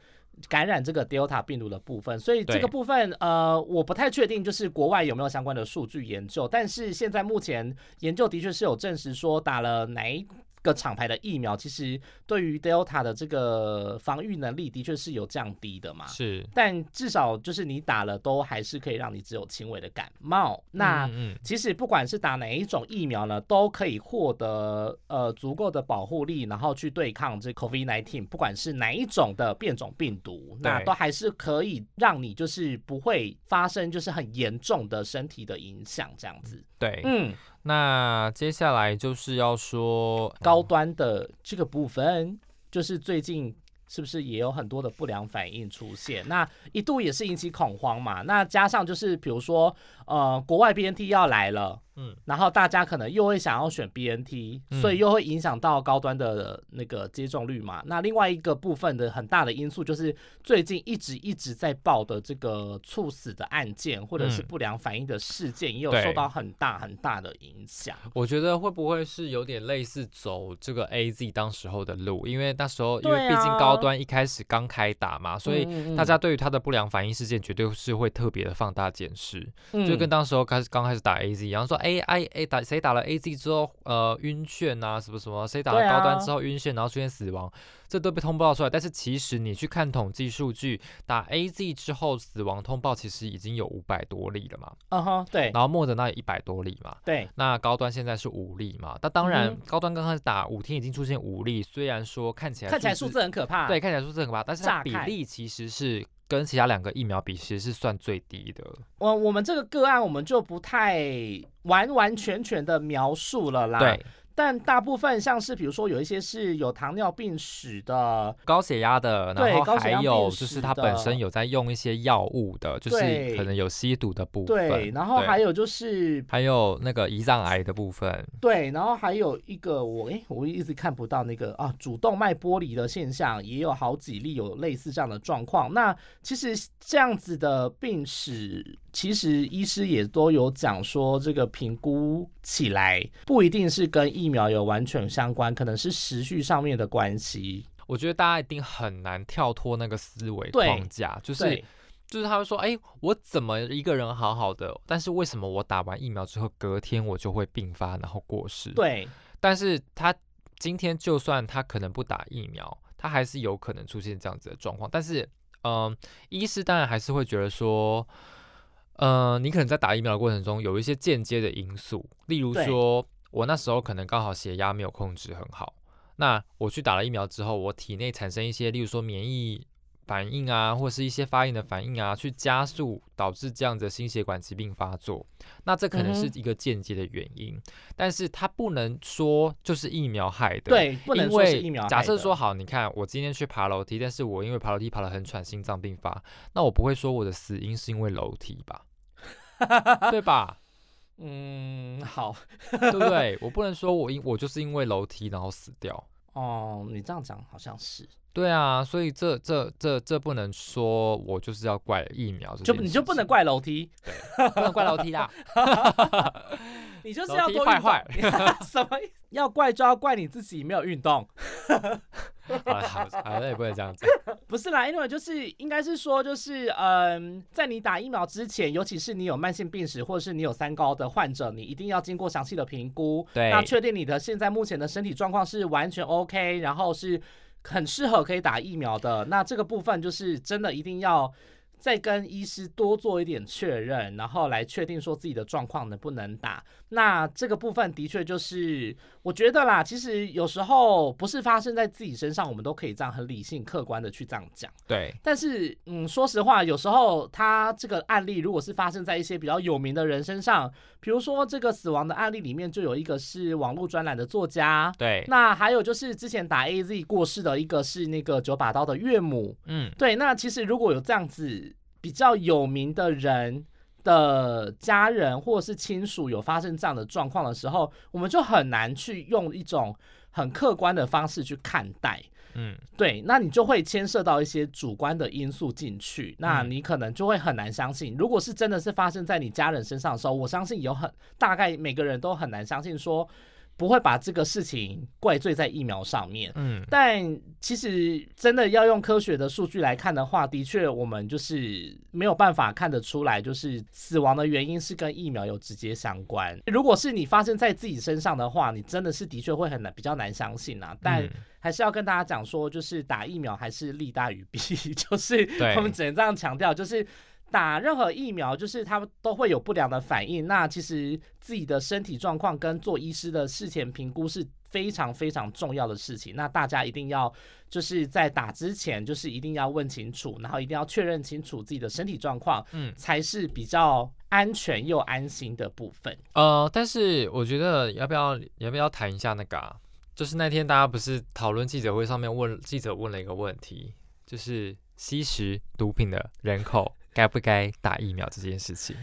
Speaker 1: 感染这个 Delta 病毒的部分，所以这个
Speaker 2: 对
Speaker 1: 部分呃，我不太确定，就是国外有没有相关的数据研究，但是现在目前研究的确是有证实说，打了哪一个厂牌的疫苗，其实对于 Delta 的这个防御能力的确是有降低的嘛。
Speaker 2: 是，
Speaker 1: 但至少就是你打了，都还是可以让你只有轻微的感冒。那、
Speaker 2: 嗯嗯
Speaker 1: 其实不管是打哪一种疫苗呢，都可以获得呃足够的保护力，然后去对抗这 COVID 1 9不管是哪一种的变种病毒，那
Speaker 2: 对
Speaker 1: 都还是可以让你就是不会发生就是很严重的身体的影响这样子。
Speaker 2: 对。
Speaker 1: 嗯，
Speaker 2: 那接下来就是要说
Speaker 1: 高端的这个部分就是最近。是不是也有很多的不良反应出现？那一度也是引起恐慌嘛。那加上就是比如说，呃，国外 BNT 要来了，
Speaker 2: 嗯
Speaker 1: 然后大家可能又会想要选 BNT，、
Speaker 2: 嗯
Speaker 1: 所以又会影响到高端的那个接种率嘛。那另外一个部分的很大的因素就是最近一直一直在报的这个猝死的案件或者是
Speaker 2: 嗯
Speaker 1: 不良反应的事件，也有
Speaker 2: 对
Speaker 1: 受到很大很大的影响。
Speaker 2: 我觉得会不会是有点类似走这个 A Z 当时候的路？因为那时候，因为
Speaker 1: 对
Speaker 2: 毕竟高
Speaker 1: 啊
Speaker 2: 端一开始刚开打嘛，所以
Speaker 1: 嗯嗯嗯
Speaker 2: 大家对于它的不良反应事件绝对是会特别的放大检视，就
Speaker 1: 嗯
Speaker 2: 跟当时候开始刚开始打 A Z 一样，说哎哎哎打谁打了 A Z 之后呃晕眩啊什么什么，谁打了
Speaker 1: 对
Speaker 2: 高端
Speaker 1: 啊
Speaker 2: 之后晕眩然后出现死亡，这都被通报出来。但是其实你去看统计数据，打 A Z 之后死亡通报其实已经有五百多例了嘛，
Speaker 1: 嗯哼，对
Speaker 2: 然后莫德纳有一百多例嘛，
Speaker 1: 对，
Speaker 2: 那高端现在是五例嘛？那当然
Speaker 1: 嗯，
Speaker 2: 高端刚开始打五天已经出现五例，虽然说看起来
Speaker 1: 看起来数字很可怕。
Speaker 2: 对，看起来数字很可怕，但是它
Speaker 1: 炸
Speaker 2: 比
Speaker 1: 开
Speaker 2: 例其实是跟其他两个疫苗比，其实是算最低的。
Speaker 1: 我我们这个个案我们就不太完完全全的描述了啦。
Speaker 2: 对，，
Speaker 1: 但大部分像是比如说有一些是有糖尿病史的，
Speaker 2: 高血压的，
Speaker 1: 对
Speaker 2: 然后
Speaker 1: 高血
Speaker 2: 还
Speaker 1: 压
Speaker 2: 有
Speaker 1: 病
Speaker 2: 就是
Speaker 1: 史
Speaker 2: 它本
Speaker 1: 的
Speaker 2: 身有在用一些药物的，就是
Speaker 1: 对
Speaker 2: 可能有吸毒的部分，
Speaker 1: 对，然后还有就是
Speaker 2: 还有那个胰脏癌的部分，
Speaker 1: 对，然后还有一个我诶，我一直看不到那个啊，主动脉剥离的现象也有好几例有类似这样的状况。那其实这样子的病史，其实医师也都有讲说，这个评估起来不一定是跟疫苗有完全相关，可能是时序上面的关系。
Speaker 2: 我觉得大家一定很难跳脱那个思维
Speaker 1: 对
Speaker 2: 框架，就是
Speaker 1: 对，
Speaker 2: 就是他会说，哎、我怎么一个人好好的，但是为什么我打完疫苗之后隔天我就会病发，然后过世？，
Speaker 1: 对，
Speaker 2: 但是他今天就算他可能不打疫苗，他还是有可能出现这样子的状况。但是，嗯、医师当然还是会觉得说，嗯、你可能在打疫苗的过程中有一些间接的因素，例如
Speaker 1: 对
Speaker 2: 说，我那时候可能刚好血压没有控制很好，那我去打了疫苗之后，我体内产生一些，例如说免疫反应啊，或是一些发炎的反应啊，去加速导致这样子的心血管疾病发作。那这可能是
Speaker 1: 嗯
Speaker 2: 一个间接的原因，但是它不能说就是疫苗害的。。
Speaker 1: 对，不能
Speaker 2: 因
Speaker 1: 说是
Speaker 2: 为
Speaker 1: 疫苗害的。
Speaker 2: 假设说好，你看我今天去爬楼梯，但是我因为爬楼梯爬得很喘，心脏病发，那我不会说我的死因是因为楼梯
Speaker 1: [laughs]
Speaker 2: 吧？对吧？
Speaker 1: 嗯，好
Speaker 2: 对不对？我不能说我因我就是因为楼梯然后死掉。
Speaker 1: 哦，你这样讲好像是，
Speaker 2: 对啊，所以这这这这不能说我就是要怪疫苗这件事
Speaker 1: 就
Speaker 2: 情，
Speaker 1: 你就不能怪楼梯，
Speaker 2: 不能怪楼梯啦，
Speaker 1: 你就是
Speaker 2: 楼
Speaker 1: 要
Speaker 2: 梯
Speaker 1: 多
Speaker 2: 坏
Speaker 1: 运动。
Speaker 2: 坏。
Speaker 1: [laughs] 什么意思？要怪就要怪你自己没有运动，
Speaker 2: 好了好了，好了也不能这样子。
Speaker 1: 不是啦，因为就是应该是说就是嗯，在你打疫苗之前，尤其是你有慢性病史或者是你有三高的患者，你一定要经过详细的评估，
Speaker 2: 对
Speaker 1: [laughs] 那确定你的现在目前的身体状况是完全 OK，然后是很适合可以打疫苗的。那这个部分就是真的一定要。再跟医师多做一点确认，然后来确定说自己的状况能不能打。那这个部分的确就是，我觉得啦，其实有时候不是发生在自己身上，我们都可以这样很理性、客观的去这样讲。
Speaker 2: 对，
Speaker 1: 但是，嗯，说实话，有时候他这个案例如果是发生在一些比较有名的人身上，比如说这个死亡的案例里面就有一个是网络专栏的作家，
Speaker 2: 对，
Speaker 1: 那还有就是之前打 AZ 过世的一个是那个九把刀的岳母。
Speaker 2: 嗯，
Speaker 1: 对，那其实如果有这样子比较有名的人。的家人或者是亲属有发生这样的状况的时候，我们就很难去用一种很客观的方式去看待。
Speaker 2: 嗯，
Speaker 1: 对，那你就会牵涉到一些主观的因素进去，那
Speaker 2: 嗯
Speaker 1: 你可能就会很难相信。如果是真的是发生在你家人身上的时候，我相信有很大概每个人都很难相信说。不会把这个事情怪罪在疫苗上面。
Speaker 2: 嗯，
Speaker 1: 但其实真的要用科学的数据来看的话，的确我们就是没有办法看得出来，就是死亡的原因是跟疫苗有直接相关。如果是你发生在自己身上的话，你真的是的确会很难，比较难相信啊。但
Speaker 2: 嗯
Speaker 1: 还是要跟大家讲说，就是打疫苗还是利大于弊， [laughs] 就是
Speaker 2: 对
Speaker 1: 我们只能这样强调，就是。打任何疫苗，就是它都会有不良的反应。那其实自己的身体状况跟做医师的事前评估是非常非常重要的事情。那大家一定要就是在打之前，就是一定要问清楚，然后一定要确认清楚自己的身体状况，
Speaker 2: 嗯
Speaker 1: 才是比较安全又安心的部分。
Speaker 2: 呃，但是我觉得要不要要不要谈一下那个、啊？就是那天大家不是讨论记者会上面问记者问了一个问题，就是吸食毒品的人
Speaker 1: [laughs]
Speaker 2: 口该不该打疫苗这件事情。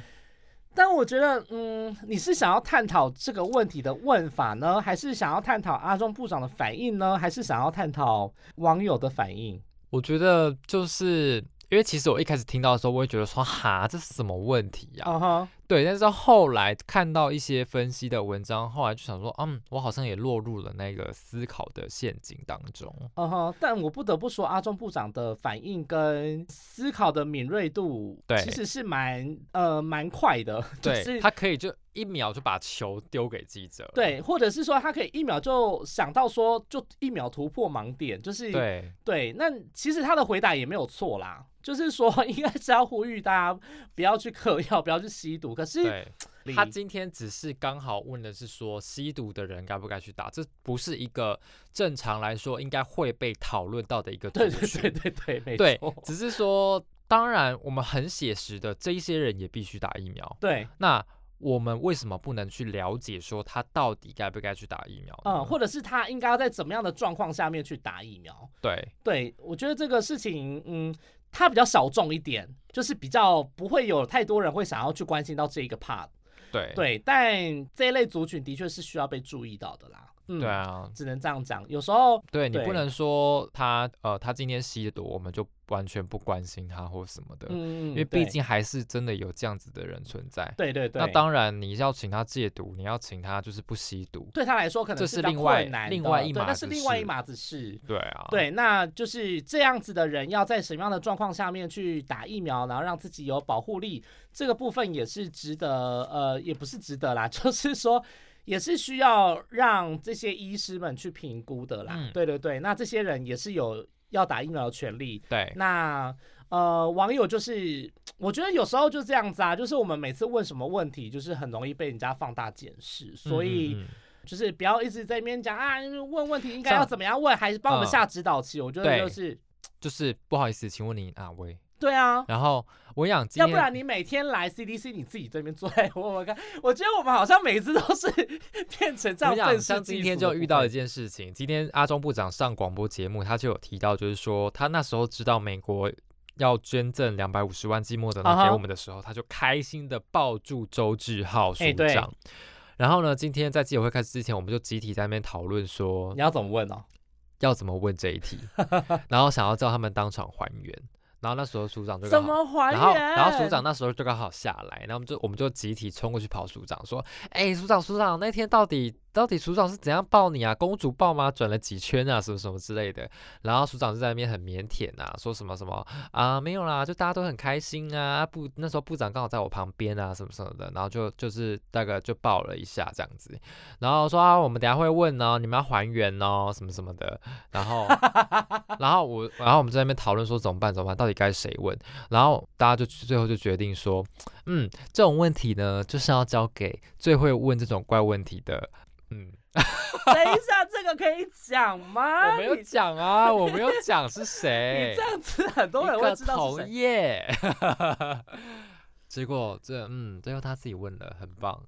Speaker 1: 但我觉得，嗯，你是想要探讨这个问题的问法呢，还是想要探讨阿中部长的反应呢，还是想要探讨网友的反应？
Speaker 2: 我觉得就是因为其实我一开始听到的时候，我会觉得说哈，这是什么问题呀、
Speaker 1: 嗯哼，
Speaker 2: 对，但是后来看到一些分析的文章，后来就想说，嗯，我好像也落入了那个思考的陷阱当中。
Speaker 1: 嗯哼。但我不得不说，阿中部长的反应跟思考的敏锐度，
Speaker 2: 对
Speaker 1: 其实是蛮呃蛮快的，就
Speaker 2: 对，
Speaker 1: 是
Speaker 2: 他可以就一秒就把球丢给记者。
Speaker 1: 对，或者是说他可以一秒就想到说，就一秒突破盲点，就是
Speaker 2: 对，
Speaker 1: 对，那其实他的回答也没有错啦，就是说应该是要呼吁大家不要去嗑药，不要去吸毒。可是
Speaker 2: 对，他今天只是刚好问的是说，吸毒的人该不该去打？这不是一个正常来说应该会被讨论到的一个族
Speaker 1: 对
Speaker 2: 群。
Speaker 1: 对对对对，没
Speaker 2: 对
Speaker 1: 错，
Speaker 2: 只是说，当然我们很写实的，这一些人也必须打疫苗。
Speaker 1: 对，
Speaker 2: 那我们为什么不能去了解说他到底该不该去打疫苗呢？
Speaker 1: 嗯，或者是他应该要在怎么样的状况下面去打疫苗？
Speaker 2: 对，
Speaker 1: 对我觉得这个事情，嗯，它比较小众一点，就是比较不会有太多人会想要去关心到这一个 part。
Speaker 2: 对，
Speaker 1: 对，但这一类族群的确是需要被注意到的啦。嗯，
Speaker 2: 对，啊，
Speaker 1: 只能这样讲。有时候
Speaker 2: 对你不
Speaker 1: 对
Speaker 2: 能说他呃，他今天吸毒，我们就完全不关心他或什么的，
Speaker 1: 嗯，
Speaker 2: 因为
Speaker 1: 对
Speaker 2: 毕竟还是真的有这样子的人存在。
Speaker 1: 对对对，
Speaker 2: 那当然，你要请他戒毒，你要请他就是不吸毒。
Speaker 1: 对他来说可能
Speaker 2: 这
Speaker 1: 是
Speaker 2: 是
Speaker 1: 比较
Speaker 2: 另外
Speaker 1: 困难的
Speaker 2: 另外一
Speaker 1: 对
Speaker 2: 码
Speaker 1: 那
Speaker 2: 子
Speaker 1: 是另外一
Speaker 2: 事
Speaker 1: 码子事。
Speaker 2: 对啊，，
Speaker 1: 对，那就是这样子的人要在什么样的状况下面去打疫苗，然后让自己有保护力，这个部分也是值得，呃，也不是值得啦， [laughs] 就是说也是需要让这些医师们去评估的啦。
Speaker 2: 嗯
Speaker 1: 对对对，那这些人也是有要打疫苗的权利。
Speaker 2: 对，
Speaker 1: 那呃，网友就是，我觉得有时候就这样子啊，就是我们每次问什么问题，就是很容易被人家放大检视，所以。
Speaker 2: 嗯嗯嗯
Speaker 1: 就是不要一直在那边讲啊，问问题应该
Speaker 2: 像
Speaker 1: 要怎么样问，还是帮我们
Speaker 2: 嗯
Speaker 1: 下指导棋。我觉得
Speaker 2: 对
Speaker 1: 就是
Speaker 2: 就是不好意思，请问你哪位？
Speaker 1: 对啊，
Speaker 2: 然后我想今
Speaker 1: 要
Speaker 2: 天，
Speaker 1: 不然你每天来 CDC 你自己这边坐在问问看。我觉得我们好像每次都是 [laughs] 变成这
Speaker 2: 我
Speaker 1: 样
Speaker 2: 想
Speaker 1: 愤世
Speaker 2: 像
Speaker 1: 嫉
Speaker 2: 今天
Speaker 1: 俗的
Speaker 2: 就
Speaker 1: 部
Speaker 2: 遇到
Speaker 1: 分
Speaker 2: 一件事情，今天阿中部长上广播节目，他就有提到，就是说他那时候知道美国要捐赠两百五十万剂莫德
Speaker 1: 啊
Speaker 2: 纳
Speaker 1: 哈
Speaker 2: 给我们的时候他就开心的抱住周志浩署
Speaker 1: 哎对
Speaker 2: 长。然后呢，今天在记者会开始之前，我们就集体在那边讨论说
Speaker 1: 你要怎么问哦？
Speaker 2: 要怎么问这一题，然后想要叫他们当场还原。然后那时候署长就
Speaker 1: 怎
Speaker 2: 刚好
Speaker 1: 么还
Speaker 2: 然后，
Speaker 1: 原？
Speaker 2: 然后署长那时候就刚好下来，然后我们就我们就集体冲过去跑署长，说：“哎、署长，署长，那天到底到底署长是怎样抱你啊？公主抱吗？转了几圈啊？什么什么之类的。”然后署长就在那边很腼腆啊，说什么什么啊，没有啦，就大家都很开心啊。部那时候部长刚好在我旁边啊，什么什么的，然后就就是大概就抱了一下这样子，然后说啊，我们等一下会问哦，你们要还原哦，什么什么的。然后，然后我，然后我们在那边讨论说怎么办，怎么办，到底该谁问？然后大家就最后就决定说，嗯，这种问题呢，就是要交给最会问这种怪问题的。嗯，
Speaker 1: 等一下，这个可以讲吗？
Speaker 2: 我没有
Speaker 1: 你
Speaker 2: 讲啊，我没有讲是
Speaker 1: 你
Speaker 2: 谁
Speaker 1: 这，样子很多人
Speaker 2: 一
Speaker 1: 会
Speaker 2: 个
Speaker 1: 知道是
Speaker 2: 同
Speaker 1: 谁。
Speaker 2: 业。 [laughs] 结果这嗯，最后他自己问了，很棒。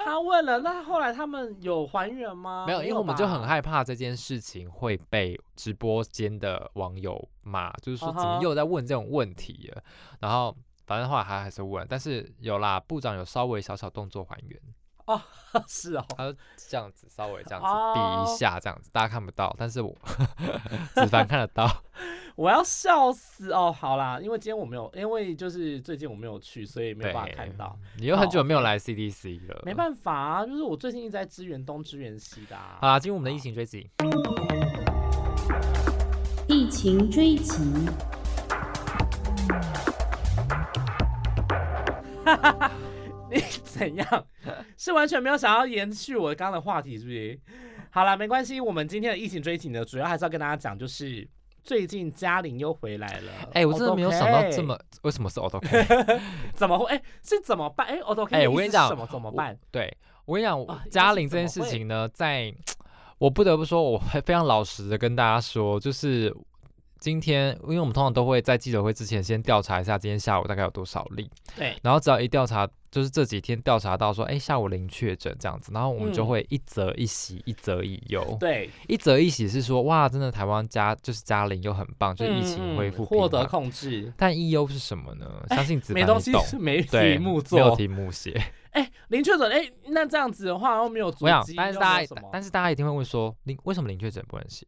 Speaker 1: 他问了，那后来他们有还原吗？
Speaker 2: 没有，因为我们
Speaker 1: 啊吧
Speaker 2: 就很害怕这件事情会被直播间的网友骂，就是说
Speaker 1: 啊
Speaker 2: 怎么
Speaker 1: 哈
Speaker 2: 又在问这种问题了。然后反正后来他还是问，但是有啦，部长有稍微小小动作还原，
Speaker 1: [laughs] 是哦，
Speaker 2: 他就这样子稍微这样子比
Speaker 1: 哦 [laughs]
Speaker 2: 一下，这样子大家看不到，但是我子凡看得到。
Speaker 1: 我要笑死哦！好啦，因为今天我没有，因为就是最近我没有去，所 [laughs] 以没有办法看到，
Speaker 2: 你又很久
Speaker 1: 好
Speaker 2: 没有来 CDC 了，
Speaker 1: 没办法啊，就是我最近一直在支援东支援西的、啊。
Speaker 2: 好
Speaker 1: [laughs]
Speaker 2: 啦，进入我们的疫情追击。
Speaker 3: 疫情追击，
Speaker 1: 你怎样？是完全没有想要延续我刚刚的话题，是不是？好啦，没关系，我们今天的疫情追情呢，主要还是要跟大家讲，就是最近嘉玲又回来了。哦
Speaker 2: 哎、我真的没有想到这么，为什么
Speaker 1: [laughs]
Speaker 2: 是 auto K？
Speaker 1: 怎么会？哎、是怎么办？哎、o k
Speaker 2: 哎我跟你讲
Speaker 1: 什么怎么办？
Speaker 2: 对我跟你
Speaker 1: 啊
Speaker 2: 讲，嘉
Speaker 1: 这是
Speaker 2: 玲这
Speaker 1: 怎
Speaker 2: 件
Speaker 1: 么
Speaker 2: 事
Speaker 1: 会
Speaker 2: 情呢，在我不得不说，我还非常老实的跟大家说，就是今天，因为我们通常都会在记者会之前先调查一下今天下午大概有多少例，
Speaker 1: 对，
Speaker 2: 然后只要一调查，就是这几天调查到说，哎、下午零确诊这样子，然后我们就
Speaker 1: 嗯
Speaker 2: 会一则一喜，一则一忧。
Speaker 1: 对，
Speaker 2: 一则一喜是说，哇，真的台湾家就是嘉玲又很棒，就是疫情
Speaker 1: 嗯
Speaker 2: 恢复
Speaker 1: 嗯获
Speaker 2: 平
Speaker 1: 得
Speaker 2: 缓
Speaker 1: 控制，
Speaker 2: 但一忧是什么呢？相信子
Speaker 1: 没
Speaker 2: 凡
Speaker 1: 东
Speaker 2: 你
Speaker 1: 西
Speaker 2: 懂。
Speaker 1: 是没
Speaker 2: 对，
Speaker 1: 题目
Speaker 2: 没有
Speaker 1: 做。
Speaker 2: 题目写。
Speaker 1: [laughs] 哎、零确诊，哎、那这样子的话又没有足
Speaker 2: 我想
Speaker 1: 迹，，
Speaker 2: 但
Speaker 1: 又
Speaker 2: 是
Speaker 1: 没有
Speaker 2: 大家
Speaker 1: 什么，
Speaker 2: 但是大家一定会问说，零为什么零确诊不能写？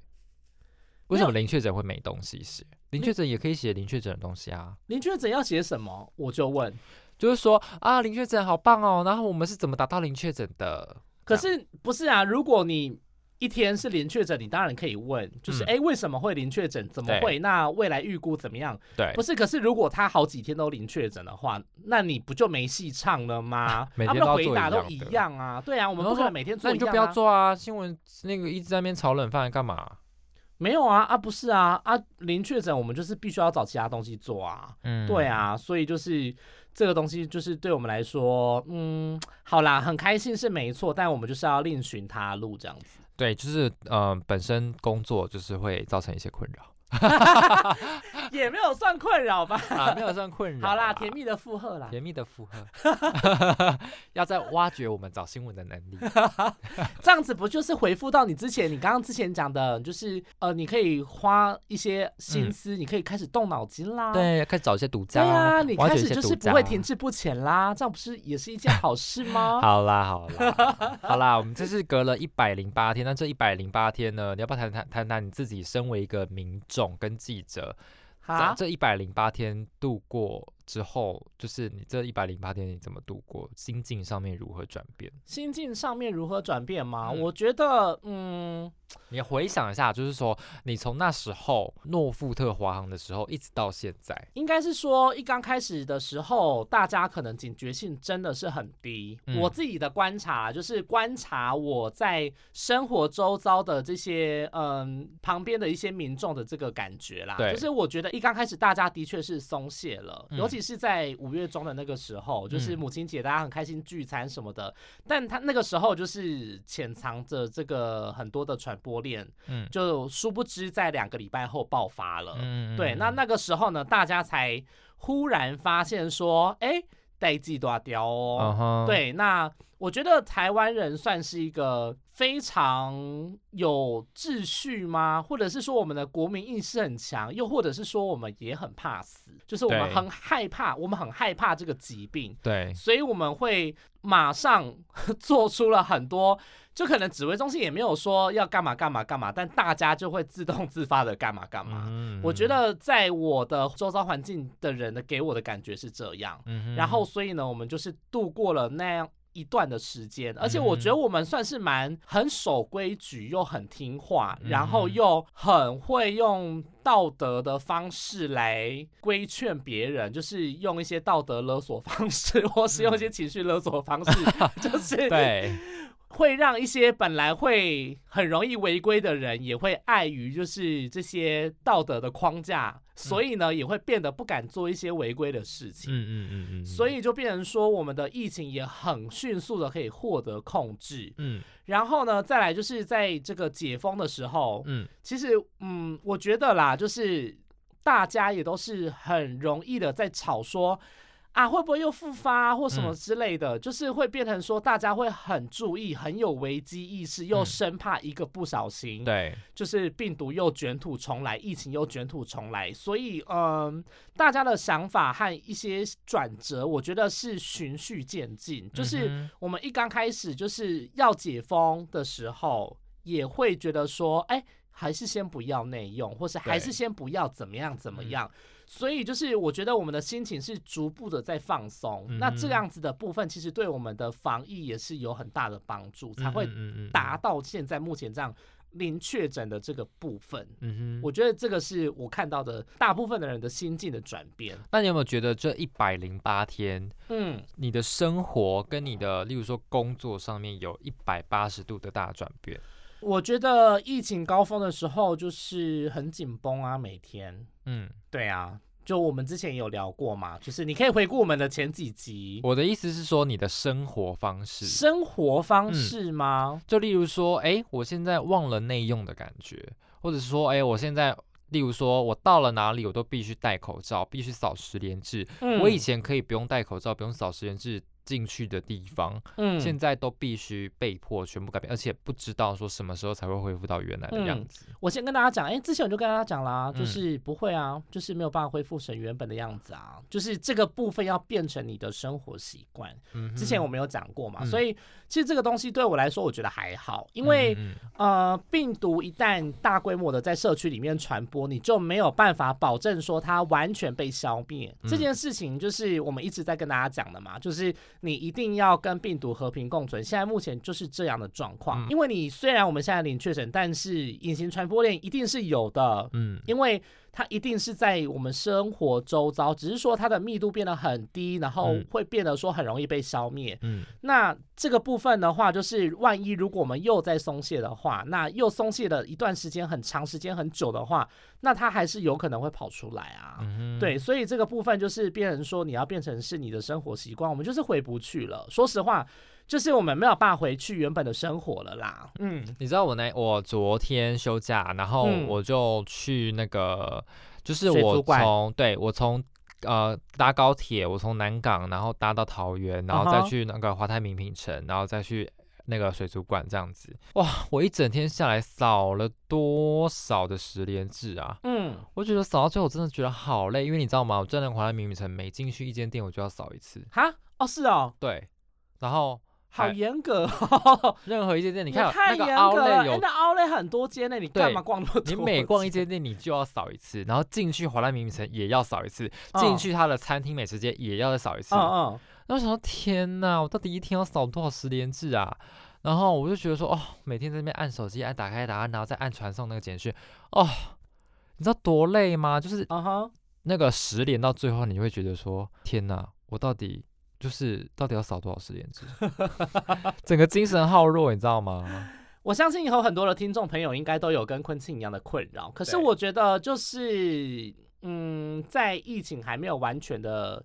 Speaker 2: 为
Speaker 1: 没
Speaker 2: 什
Speaker 1: 有
Speaker 2: 么零确诊会没东西写？零
Speaker 1: 没
Speaker 2: 确诊也可以写零确诊的东西啊，
Speaker 1: 零确诊要写什么？我就问。
Speaker 2: 就是说啊，零确诊好棒哦，然后我们是怎么达到零确诊的？
Speaker 1: 可是不是啊？如果你一天是零确诊，你当然可以问，就是
Speaker 2: 嗯
Speaker 1: 哎、诶为什么会零确诊？怎么
Speaker 2: 对
Speaker 1: 会？那未来预估怎么样？
Speaker 2: 对
Speaker 1: 不，是，可是如果他好几天都零确诊的话，那你不就没戏唱了吗？
Speaker 2: [laughs] 每
Speaker 1: 他
Speaker 2: 天都
Speaker 1: 们的
Speaker 2: 要
Speaker 1: 回
Speaker 2: 做
Speaker 1: 答
Speaker 2: 一
Speaker 1: 都
Speaker 2: 样
Speaker 1: 一
Speaker 2: 的
Speaker 1: 样啊，对啊，我们
Speaker 2: 然后
Speaker 1: 不可
Speaker 2: 说
Speaker 1: 能每天做
Speaker 2: 那你
Speaker 1: 一
Speaker 2: 就
Speaker 1: 样、啊。
Speaker 2: 不要做啊，新闻那个一直在那边炒冷饭干嘛？
Speaker 1: 没有啊啊，不是啊啊，零确诊我们就是必须要找其他东西做啊。
Speaker 2: 嗯
Speaker 1: 对，啊，所以就是这个东西，就是对我们来说，嗯，好啦，很开心是没错，但我们就是要另寻他路这样子。
Speaker 2: 对，就是呃，本身工作就是会造成一些困
Speaker 1: [laughs]
Speaker 2: 扰
Speaker 1: [laughs] 也没有算困扰吧。
Speaker 2: 啊，没有算困扰。
Speaker 1: 好啦，嗯甜蜜的附和啦。
Speaker 2: 甜蜜的负荷， [laughs] 要再挖掘我们找新闻的
Speaker 1: [laughs]
Speaker 2: 能力。
Speaker 1: 这样子不就是回复到你之前，你刚刚之前讲的，就是呃，你可以花一些心思，你可以开始动脑筋啦。。
Speaker 2: 对，开始找一些独
Speaker 1: 嗯对
Speaker 2: 家。
Speaker 1: 啊，你
Speaker 2: 挖掘
Speaker 1: 开
Speaker 2: 一
Speaker 1: 始
Speaker 2: 些
Speaker 1: 就是
Speaker 2: 独
Speaker 1: 不
Speaker 2: 家
Speaker 1: 会停滞不前啦，这样不是也是一件好 [laughs] 事吗？
Speaker 2: 好啦，好
Speaker 1: [laughs]
Speaker 2: 啦，好啦，我们这是隔了一百零八天，那这一百零八天呢，你要不要谈谈谈谈你自己身为一个民众跟记者，在
Speaker 1: 好，
Speaker 2: 这一百零八天度过之后，就是你这一百零八天你怎么度过，心境上面如何转变？
Speaker 1: 心境上面如何转变吗？
Speaker 2: 嗯
Speaker 1: 我觉得，嗯，
Speaker 2: 你回想一下，就是说你从那时候诺富特华航的时候，一直到现在，
Speaker 1: 应该是说一刚开始的时候，大家可能警觉性真的是很低。
Speaker 2: 嗯
Speaker 1: 我自己的观察就是观察我在生活周遭的这些嗯旁边的一些民众的这个感觉啦，
Speaker 2: 对
Speaker 1: 就是我觉得一刚开始大家的确是松懈了，
Speaker 2: 嗯
Speaker 1: 尤其是在五月中的那个时候，就是
Speaker 2: 嗯
Speaker 1: 母亲节大家很开心聚餐什么的，但他那个时候就是潜藏着这个很多的传播链，
Speaker 2: 嗯
Speaker 1: 就殊不知在两个礼拜后爆发了。
Speaker 2: 嗯
Speaker 1: 对，那那个时候呢，大家才忽然发现说，哎，代际都要
Speaker 2: 嗯
Speaker 1: 掉哦。
Speaker 2: 哼，
Speaker 1: 对，那我觉得台湾人算是一个非常有秩序吗？或者是说我们的国民意识很强，又或者是说我们也很怕死，就是我们
Speaker 2: 对
Speaker 1: 很害怕，我们很害怕这个疾病。
Speaker 2: 对，
Speaker 1: 所以我们会马上 [laughs] 做出了很多，就可能指挥中心也没有说要干嘛干嘛干嘛，但大家就会自动自发的干嘛干嘛。
Speaker 2: 嗯
Speaker 1: 我觉，得在我的周遭环境的人的给我的感觉是这样，
Speaker 2: 嗯哼
Speaker 1: 然后所以呢，我们就是度过了那样。一段的时间，而且
Speaker 2: 嗯
Speaker 1: 我觉得我们算是蛮很守规矩，又很听话，
Speaker 2: 嗯
Speaker 1: 然后又很会用道德的方式来规劝别人，就是用一些道德勒索方式，或是用一些
Speaker 2: 嗯
Speaker 1: 情绪勒索方式，就是
Speaker 2: [laughs] 对，
Speaker 1: 会让一些本来会很容易违规的人，也会碍于就是这些道德的框架，所以呢，也会变得不敢做一些违规的事
Speaker 2: 嗯
Speaker 1: 情。
Speaker 2: 嗯嗯嗯，
Speaker 1: 所，以就变成说，我们的疫情也很迅速的可以获得控制。
Speaker 2: 嗯
Speaker 1: 然后呢，再来就是在这个解封的时候，
Speaker 2: 嗯，
Speaker 1: 其实，嗯，我觉得啦，就是大家也都是很容易的在吵说啊，会不会又复发、或什么
Speaker 2: 嗯
Speaker 1: 之类的，就是会变成说大家会很注意，很有危机意识，又
Speaker 2: 嗯
Speaker 1: 生怕一个不小心，
Speaker 2: 对，
Speaker 1: 就是病毒又卷土重来，疫情又卷土重来。所以，嗯，大家的想法和一些转折，我觉得是循序渐进，就是。
Speaker 2: 嗯哼
Speaker 1: 我们一刚开始就是要解封的时候，也会觉得说，哎、还是先不要内用，或是
Speaker 2: 对
Speaker 1: 还
Speaker 2: 嗯
Speaker 1: 是先不要怎么样怎么样。所以就是我觉得我们的心情是逐步的在放松，
Speaker 2: 嗯
Speaker 1: 那这样子的部分其实对我们的防疫也是有很大的帮助，才会
Speaker 2: 嗯嗯嗯嗯
Speaker 1: 达到现在目前这样零确诊的这个部分。
Speaker 2: 嗯哼，
Speaker 1: 我觉得这个是我看到的大部分的人的心境的转变。
Speaker 2: 那你有没有觉得这一百零八天，
Speaker 1: 嗯，
Speaker 2: 你的生活跟你的，例如说工作上面有一百八十度的大转变？
Speaker 1: 我觉得疫情高峰的时候就是很紧绷啊，每天。
Speaker 2: 嗯，
Speaker 1: 对啊，就我们之前有聊过嘛，就是你可以回顾我们的前几集
Speaker 2: 我的意思是说你的生活方式，
Speaker 1: 生活方
Speaker 2: 嗯
Speaker 1: 式吗？
Speaker 2: 就例如说，哎，我现在忘了内用的感觉，或者是说，哎，我现在。例如说，我到了哪里，我都必须戴口罩，必须扫十连制。
Speaker 1: 嗯
Speaker 2: 我以前可以不用戴口罩，不用扫十连制进去的地方，
Speaker 1: 嗯
Speaker 2: 现在都必须被迫全部改变，而且不知道说什么时候才会恢复到原来的样
Speaker 1: 嗯
Speaker 2: 子。
Speaker 1: 我先跟大家讲，哎、之前我就跟大家讲啦，就
Speaker 2: 嗯
Speaker 1: 是不会啊，就是没有办法恢复成原本的样子啊，就是这个部分要变成你的生活习惯。
Speaker 2: 嗯哼，
Speaker 1: 之前我没有讲过嘛，
Speaker 2: 嗯
Speaker 1: 所以其实这个东西对我来说，我觉得还好，因为、
Speaker 2: 嗯
Speaker 1: 呃，病毒一旦大规模的在社区里面传播，你就没有办法保证说它完全被消灭。
Speaker 2: 嗯
Speaker 1: 这件事情就是我们一直在跟大家讲的嘛，就是你一定要跟病毒和平共存。现在目前就是这样的状况，
Speaker 2: 嗯
Speaker 1: 因为你虽然我们现在零确诊，但是隐形传播链一定是有的。
Speaker 2: 嗯
Speaker 1: 因为它一定是在我们生活周遭，只是说它的密度变得很低，然后
Speaker 2: 嗯
Speaker 1: 会变得说很容易被消灭。
Speaker 2: 嗯
Speaker 1: 那这个部分的话，就是万一如果我们又在松懈的话，那又松懈了一段时间，很长时间很久的话，那它还是有可能会跑出来啊。
Speaker 2: 嗯哼，
Speaker 1: 对，所以这个部分就是变成说你要变成是你的生活习惯，我们就是回不去了。说实话，就是我们没有办法回去原本的生活了啦。嗯
Speaker 2: 你知道我那我昨天休假，然后
Speaker 1: 嗯
Speaker 2: 我就去那个，就是
Speaker 1: 水
Speaker 2: 我
Speaker 1: 族馆
Speaker 2: 从对我从呃搭高铁，我从南港然后搭到桃园，然后
Speaker 1: 嗯
Speaker 2: 再
Speaker 1: 哼
Speaker 2: 去那个华泰名品城，然后再去。那个水族馆这样子，哇！我一整天下来扫了多少的十连制啊！
Speaker 1: 嗯，
Speaker 2: 我觉得扫到最后我真的觉得好累，因为你知道吗？我在那个华泰名品城每进去一间店，我就要扫一次。
Speaker 1: 哈，哦是哦，
Speaker 2: 对，然后
Speaker 1: 好
Speaker 2: 还
Speaker 1: 严格哦。
Speaker 2: 任何一间店， [laughs] 你
Speaker 1: 你
Speaker 2: 看
Speaker 1: [laughs] 太
Speaker 2: 那个
Speaker 1: 严
Speaker 2: 奥
Speaker 1: 格了，
Speaker 2: 莱
Speaker 1: 哎
Speaker 2: 有
Speaker 1: 那奥莱很多间呢，你
Speaker 2: 对
Speaker 1: 干嘛逛那 [laughs] 么多？
Speaker 2: 你每逛一间店，你就要扫一次，然后进去华莱名城也要扫一次，
Speaker 1: 嗯
Speaker 2: 进去他的餐厅美食街也要再扫一次。
Speaker 1: 嗯嗯，
Speaker 2: 那我想说，天呐，我到底一天要扫多少十连制啊？然后我就觉得说，哦，每天在那边按手机，按打开打开，然后再按传送那个简讯，哦，你知道多累吗？就是
Speaker 1: 嗯哼，
Speaker 2: 那个十连到最后，你会觉得说，天呐，我到底就是到底要扫多少十连制？ [laughs] 整个精神耗弱，你知道吗？
Speaker 1: 我相信以后很多的听众朋友应该都有跟昆庆一样的困扰，可是
Speaker 2: 对
Speaker 1: 我觉得就是，嗯，在疫情还没有完全的，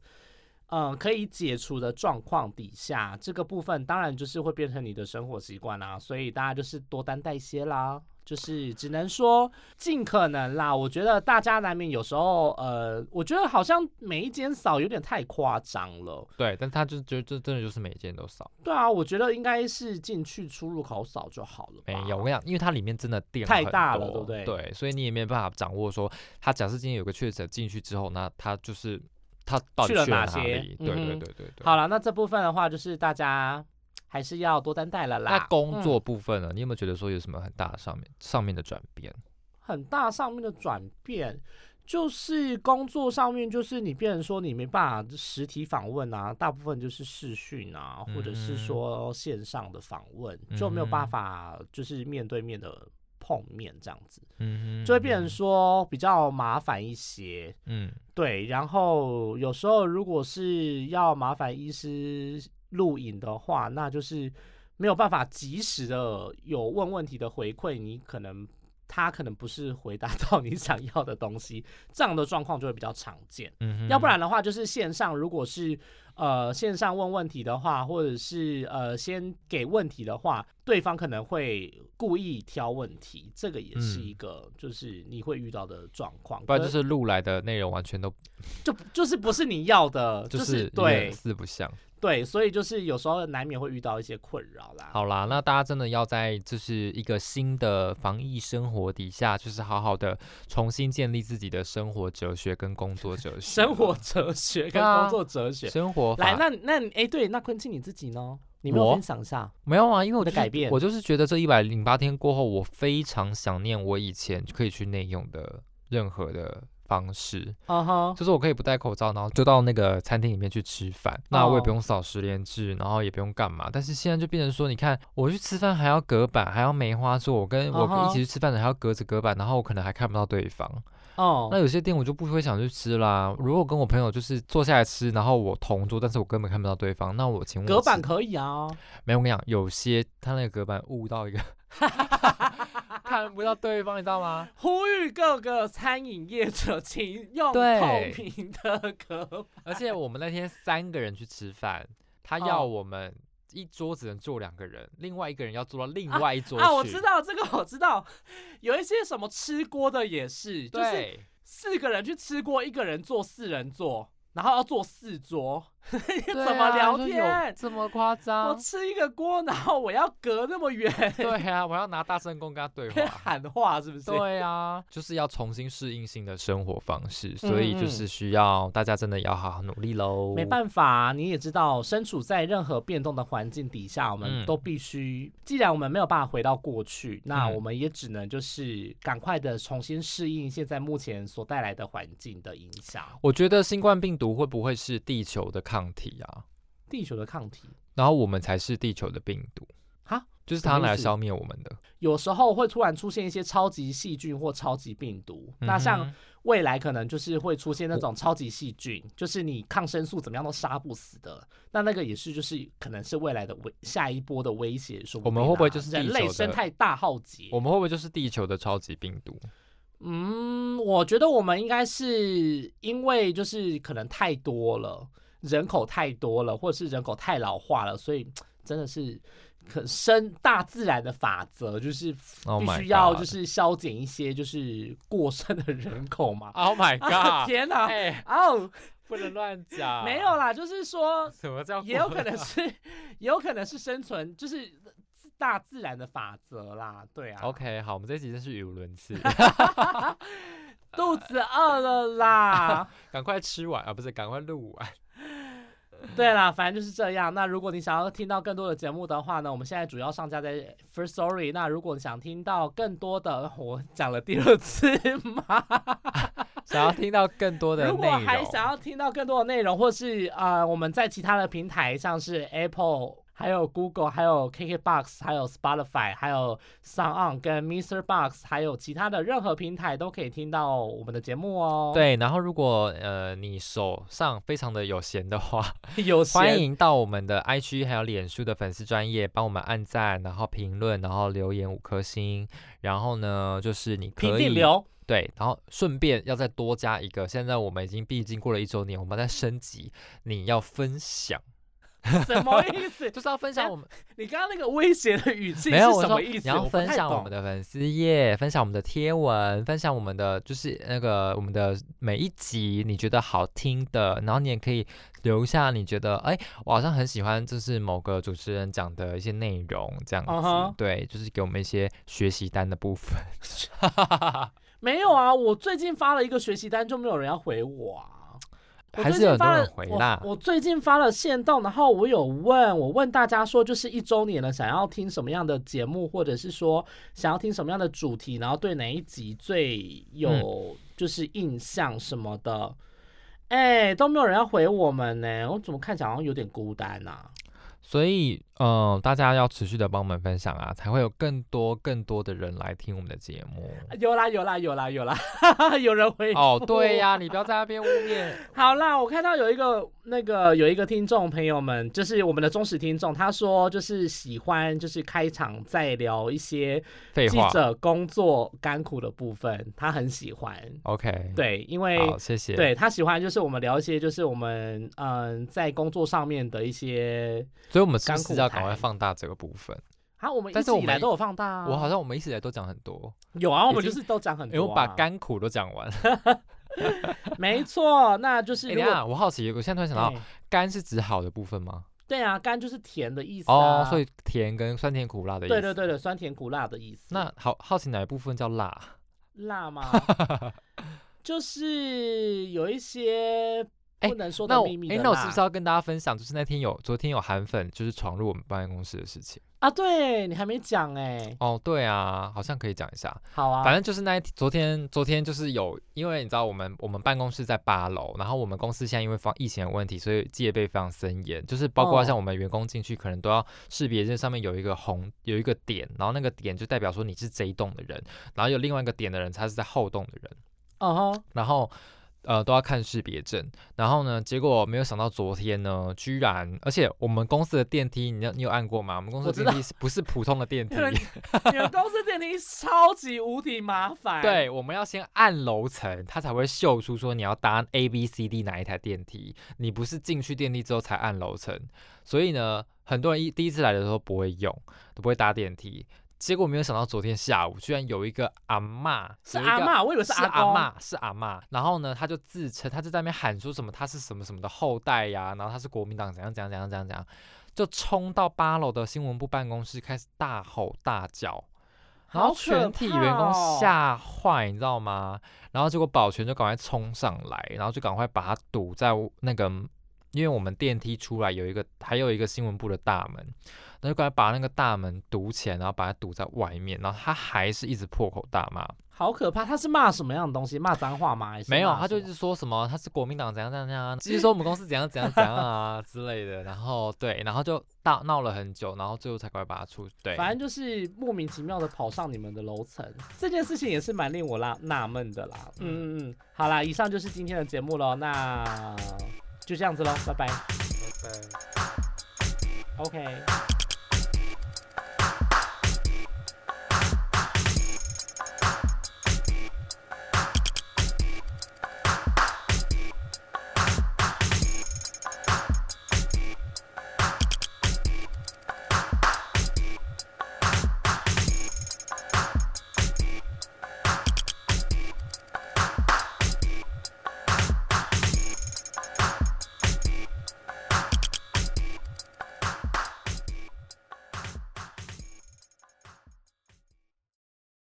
Speaker 1: 嗯，可以解除的状况底下，这个部分当然就是会变成你的生活习惯啦，所以大家就是多担待一些啦。就是只能说尽可能啦，我觉得大家难免有时候，呃，我觉得好像每一间扫有点太夸张了。
Speaker 2: 对，但他就觉得这真的就是每一间都扫。
Speaker 1: 对啊，我觉得应该是进去出入口扫就好了吧。
Speaker 2: 没有，我跟你讲，因为它里面真的店
Speaker 1: 太
Speaker 2: 很
Speaker 1: 大了
Speaker 2: 多
Speaker 1: 对不对
Speaker 2: 对，所以你也没有办法掌握说，他假设今天有个确诊进去之后，那他就是他到底
Speaker 1: 去了
Speaker 2: 哪
Speaker 1: 哪些
Speaker 2: 里？对
Speaker 1: 嗯
Speaker 2: 对对
Speaker 1: 哼
Speaker 2: 对对。
Speaker 1: 好了，那这部分的话，就是大家还是要多担待了啦。嗯
Speaker 2: 那工作部分呢？你有没有觉得说有什么很大的上面上面的转变？
Speaker 1: 很大上面的转变，就是工作上面，就是你变成说你没办法实体访问啊，大部分就是视讯啊，或者是
Speaker 2: 嗯
Speaker 1: 说线上的访问，就没有办法就是面对面的碰面这样子，
Speaker 2: 嗯哼，
Speaker 1: 就会变成
Speaker 2: 嗯
Speaker 1: 说比较麻烦一些。
Speaker 2: 嗯
Speaker 1: 对，然后有时候如果是要麻烦医师录影的话，那就是没有办法及时的有问问题的回馈，你可能他可能不是回答到你想要的东西，这样的状况就会比较常见。
Speaker 2: 嗯哼，
Speaker 1: 要不然的话，就是线上，如果是呃线上问问题的话，或者是呃先给问题的话，对方可能会故意挑问题，这个也是
Speaker 2: 嗯
Speaker 1: 一个就是你会遇到的状况。
Speaker 2: 不然
Speaker 1: 跟
Speaker 2: 就是录来的内容完全都
Speaker 1: 就就是不是你要的，呃就是是
Speaker 2: 有点
Speaker 1: 对
Speaker 2: 四不像。
Speaker 1: 对，所以就是有时候难免会遇到一些困扰啦。
Speaker 2: 好啦，那大家真的要在就是一个新的防疫生活底下，就是好好的重新建立自己的生活哲学跟工作哲学了。
Speaker 1: 生活哲学跟
Speaker 2: 对啊
Speaker 1: 工作哲学，
Speaker 2: 生活法
Speaker 1: 来，那那哎、诶对，那昆庆你自己呢？你没有
Speaker 2: 我
Speaker 1: 分享一下？
Speaker 2: 没有啊，因为我
Speaker 1: 的
Speaker 2: 就是
Speaker 1: 改变
Speaker 2: 我就是觉得这一百零八天过后，我非常想念我以前可以去内用的任何的方式，
Speaker 1: 啊哈，
Speaker 2: 就是我可以不戴口罩，然后就到那个餐厅里面去吃饭，那我也不
Speaker 1: 哦
Speaker 2: 用扫十连制，然后也不用干嘛。但是现在就变成说，你看我去吃饭还要隔板，还要梅花座，我跟我
Speaker 1: 啊哈
Speaker 2: 一起去吃饭的还要隔着隔板，然后我可能还看不到对方。那
Speaker 1: 哦，
Speaker 2: 有些店我就不会想去吃啦。如果跟我朋友就是坐下来吃，然后我同桌，但是我根本看不到对方，那我请问我
Speaker 1: 隔板
Speaker 2: 吃
Speaker 1: 可以啊，
Speaker 2: 没有，我跟你讲，有些他那个隔板悟到一
Speaker 1: [laughs]
Speaker 2: 个，看不到对方，你知道吗？
Speaker 1: 呼吁各个餐饮业者，请用
Speaker 2: 对
Speaker 1: 透明的隔板。
Speaker 2: 而且我们那天三个人去吃饭，他要
Speaker 1: 哦
Speaker 2: 我们一桌只能坐两个人，另外一个人要坐到另外一桌去。
Speaker 1: 啊，我知，道这个，我知道，有一些什么吃锅的也是，就是
Speaker 2: 对，
Speaker 1: 四个人去吃锅，一个人坐四人座，然后要坐四桌， [laughs]
Speaker 2: 怎
Speaker 1: [laughs] 怎么聊天
Speaker 2: 这么夸
Speaker 1: 我
Speaker 2: 张？
Speaker 1: 吃一个锅，然后我要隔那么远
Speaker 2: 啊
Speaker 1: [laughs]
Speaker 2: 对啊，我要拿大声公跟他对话。
Speaker 1: 喊话，是不是？
Speaker 2: 对啊，就是要重新适应新的生活方式，所以
Speaker 1: 嗯
Speaker 2: 就
Speaker 1: 嗯
Speaker 2: 是需要大家真的要好好努力喽。
Speaker 1: 没办法，啊你也知道，身处在任何变动的环境底下，我们
Speaker 2: 嗯
Speaker 1: 都必须，既然我们没有办法回到过去，那
Speaker 2: 嗯
Speaker 1: 我们也只能就是赶快的重新适应现在目前所带来的环境的影响，
Speaker 2: 我觉得新冠病毒会不会是地球的抗体啊？
Speaker 1: 地球的抗体。
Speaker 2: 然后我们才是地球的病毒，
Speaker 1: 哈，
Speaker 2: 就是
Speaker 1: 什
Speaker 2: 它
Speaker 1: 么意
Speaker 2: 来
Speaker 1: 思
Speaker 2: 消灭我们的。
Speaker 1: 有时候会突然出现一些超级细菌或超级病毒，那像
Speaker 2: 嗯
Speaker 1: 未来可能就是会出现那种超级细菌，就是你抗生素怎么样都杀不死的，那那个也是就是可能是未来的危下一波的威胁，说定啊
Speaker 2: 我们会不会就是地
Speaker 1: 人
Speaker 2: 球的
Speaker 1: 类生态大浩劫
Speaker 2: 哼？我们会不会就是地球的超级病 [laughs] 毒？
Speaker 1: 嗯，我觉得我们应该是因为就是可能太多了，人口太多了，或者是人口太老化了，所以真的是可生大自然的法则就是
Speaker 2: 哦
Speaker 1: 必
Speaker 2: my
Speaker 1: 须要
Speaker 2: god
Speaker 1: 就是消减一些就是过剩的人口嘛。
Speaker 2: Oh [laughs] my
Speaker 1: 啊
Speaker 2: god！
Speaker 1: [laughs] 天哪！
Speaker 2: 哎，
Speaker 1: 哦，
Speaker 2: 不能乱讲。
Speaker 1: 没有，啦，就
Speaker 2: [laughs]
Speaker 1: 是说，
Speaker 2: 什么叫
Speaker 1: 也有可能是，也有可能是生存，就是大自然的法则啦，对啊。
Speaker 2: [laughs] OK，好，我们这集真是语无伦 [laughs] 次，
Speaker 1: 肚子饿了啦，
Speaker 2: 赶快吃完啊，不是赶快录完。
Speaker 1: 对啦，反正就是这样。那如果你想要听到更多的节目的话呢，我们现在主要上架在 First Story。那如果你想听到更多的，我讲了第二次嘛。
Speaker 2: [laughs] 想要听到更多的
Speaker 1: 如
Speaker 2: 内
Speaker 1: 果还
Speaker 2: 容，
Speaker 1: 想要听到更多的内容，或是呃，我们在其他的平台，像是 Apple、还有 Google、还有 KKBox、还有 Spotify、还有 Sound On 跟 Mr. Box，还有其他的任何平台都可以听到我们的节目哦。，
Speaker 2: 对，然后如果呃你手上非常的有闲的话，
Speaker 1: 有闲
Speaker 2: 欢迎到我们的 IG 还有脸书的粉丝专业帮我们按赞，然后评论，然后留言五颗星，然后呢就是你
Speaker 1: 评
Speaker 2: 可以
Speaker 1: 定留，
Speaker 2: 对，然后顺便要再多加一个，现在我们已经毕竟过了一周年，我们在升级，你要分享，
Speaker 1: 什么意思？
Speaker 2: 就是要分
Speaker 1: 哎
Speaker 2: 享我们
Speaker 1: 你刚刚那个威胁的语气是
Speaker 2: 没有我
Speaker 1: 什
Speaker 2: 说
Speaker 1: 么意
Speaker 2: 你
Speaker 1: 思？
Speaker 2: 要
Speaker 1: 我不
Speaker 2: 分
Speaker 1: 太
Speaker 2: 享我
Speaker 1: 懂
Speaker 2: 们的粉丝页，分享我们的贴文，分享我们的就是那个我们的每一集你觉得好听的，然后你也可以留下你觉得哎，我好像很喜欢就是某个主持人讲的一些内容这样子
Speaker 1: 嗯哼
Speaker 2: 对，就是给我们一些学习单的
Speaker 1: [laughs]
Speaker 2: 部分。
Speaker 1: 没有啊，我最近发了一个学习单，就没有人要回我啊。我
Speaker 2: 还
Speaker 1: 最
Speaker 2: 是
Speaker 1: 近
Speaker 2: 有很多
Speaker 1: 发
Speaker 2: 人
Speaker 1: 了
Speaker 2: 回
Speaker 1: 我
Speaker 2: 啦
Speaker 1: 我最近发了线动，然后我有问，我问大家说，就是一周年了，想要听什么样的节目，或者是说想要听什么样的主题，然后对哪一集最
Speaker 2: 嗯
Speaker 1: 有就是印象什么的。哎、都没有人要回我们呢、我怎么看起来好像有点孤单呐、啊？ [laughs]
Speaker 2: 所以，嗯、大家要持续的帮我们分享啊，才会有更多更多的人来听我们的节目。
Speaker 1: 有啦有啦有啦有啦， [laughs] 有人回
Speaker 2: 哦，
Speaker 1: 复
Speaker 2: 对呀、你不要在那边污蔑。
Speaker 1: [laughs] 好啦，我看到有一个那个有一个听众朋友们，就是我们的忠实听众，他说就是喜欢就是开场再聊一些
Speaker 2: 废
Speaker 1: 记
Speaker 2: 话。
Speaker 1: 者工作甘苦的部分，他很喜欢。
Speaker 2: OK，，
Speaker 1: 对，因为
Speaker 2: 好，谢谢。，
Speaker 1: 对他喜欢就是我们聊一些就是我们嗯在工作上面的一些
Speaker 2: 所以我们是不是要
Speaker 1: 甘苦
Speaker 2: 赶快
Speaker 1: 谈
Speaker 2: 放大这个部分？
Speaker 1: 啊，我们一
Speaker 2: 但是
Speaker 1: 直
Speaker 2: 我
Speaker 1: 以来
Speaker 2: 们
Speaker 1: 都有放大、啊，
Speaker 2: 我好像我们一直以来都讲很多，
Speaker 1: 有啊，我们
Speaker 2: 已
Speaker 1: 就
Speaker 2: 经
Speaker 1: 是都讲很
Speaker 2: 因
Speaker 1: 多、
Speaker 2: 为
Speaker 1: 啊，
Speaker 2: 哎我把甘苦都讲完了。
Speaker 1: 没错，那就是
Speaker 2: 哎、
Speaker 1: 如
Speaker 2: 等一
Speaker 1: 果
Speaker 2: 下，我好奇，我现在突然想到，
Speaker 1: 哎
Speaker 2: 甘是指好的部分吗？
Speaker 1: 对啊，甘就是甜的意思啊，
Speaker 2: 哦，所以甜跟酸甜苦辣的意思。
Speaker 1: 对对对对，酸甜苦辣的意思。
Speaker 2: 那好好奇哪一部分叫辣？ [laughs]
Speaker 1: 辣吗？就是有一些
Speaker 2: 哎、哎
Speaker 1: 不能说
Speaker 2: 那
Speaker 1: 的
Speaker 2: 我
Speaker 1: 秘密
Speaker 2: 哎
Speaker 1: 的，
Speaker 2: 那
Speaker 1: 啦。
Speaker 2: 我是不是要跟大家分享，就是那天有昨天有韩粉就是闯入我们办公室的事情？
Speaker 1: 啊？对你还没讲哎、
Speaker 2: 哦，对啊，好像可以讲一下。
Speaker 1: 好啊，
Speaker 2: 反正就是那一天昨天，昨天就是有，因为你知道我们我们办公室在八楼，然后我们公司现在因为防疫情的问题，所以戒备非常森严，就是包括
Speaker 1: 哦
Speaker 2: 像我们员工进去，可能都要识别这上面有一个红有一个点，然后那个点就代表说你是这一栋的人，然后有另外一个点的人他是在后栋的人，
Speaker 1: 嗯
Speaker 2: [laughs]
Speaker 1: 哼，
Speaker 2: 然后呃都要看识别证，然后呢，结果没有想到昨天呢，居然而且我们公司的电梯，你有你有按过吗？我们公司
Speaker 1: 我
Speaker 2: 的
Speaker 1: 知
Speaker 2: 电梯是不是普通的电
Speaker 1: [laughs]
Speaker 2: 梯
Speaker 1: 你？们你们公司电梯超级无敌麻烦，
Speaker 2: 对，我们要先按楼层，它才会秀出说你要搭 A、B、C、D 哪一台电梯。你不是进去电梯之后才按楼层，所以呢，很多人一第一次来的时候不会用，都不会搭电梯。结果没有想到，昨天下午居然有一个阿嬷，
Speaker 1: 是
Speaker 2: 有一个
Speaker 1: 阿嬷，我以为
Speaker 2: 是
Speaker 1: 阿
Speaker 2: 阿
Speaker 1: 公
Speaker 2: 嬷，是阿嬷。然后呢，他就自称，他就在那边喊说什么他是什么什么的后代呀、然后他是国民党怎样怎样怎样怎样怎样，就冲到八楼的新闻部办公室开始大吼大叫，然
Speaker 1: 好
Speaker 2: 后
Speaker 1: 可
Speaker 2: 全体
Speaker 1: 怕
Speaker 2: 员工
Speaker 1: 哦
Speaker 2: 吓坏，你知道吗？然后结果保全就赶快冲上来，然后就赶快把他堵在那个，因为我们电梯出来有一个，还有一个新闻部的大门，那就赶快把那个大门堵起来，然后把他堵在外面，然后他还是一直破口大骂。
Speaker 1: 好可怕！他是骂什么样的东西？骂脏话吗？还是
Speaker 2: 没有，
Speaker 1: 骂
Speaker 2: 他就
Speaker 1: 什
Speaker 2: 一直
Speaker 1: 么
Speaker 2: 说什么他是国民党怎样怎样怎样啊，就是说我们公司怎样怎样怎样啊之类的，然后对，然后就大闹了很久，然后最后才赶快把他出对，
Speaker 1: 反正就是莫名其妙的跑上你们的楼层，这件事情也是蛮令我纳纳闷的啦。嗯嗯嗯，好啦，以上就是今天的节目喽，那就这样子喽，拜拜。
Speaker 2: 对
Speaker 1: OK。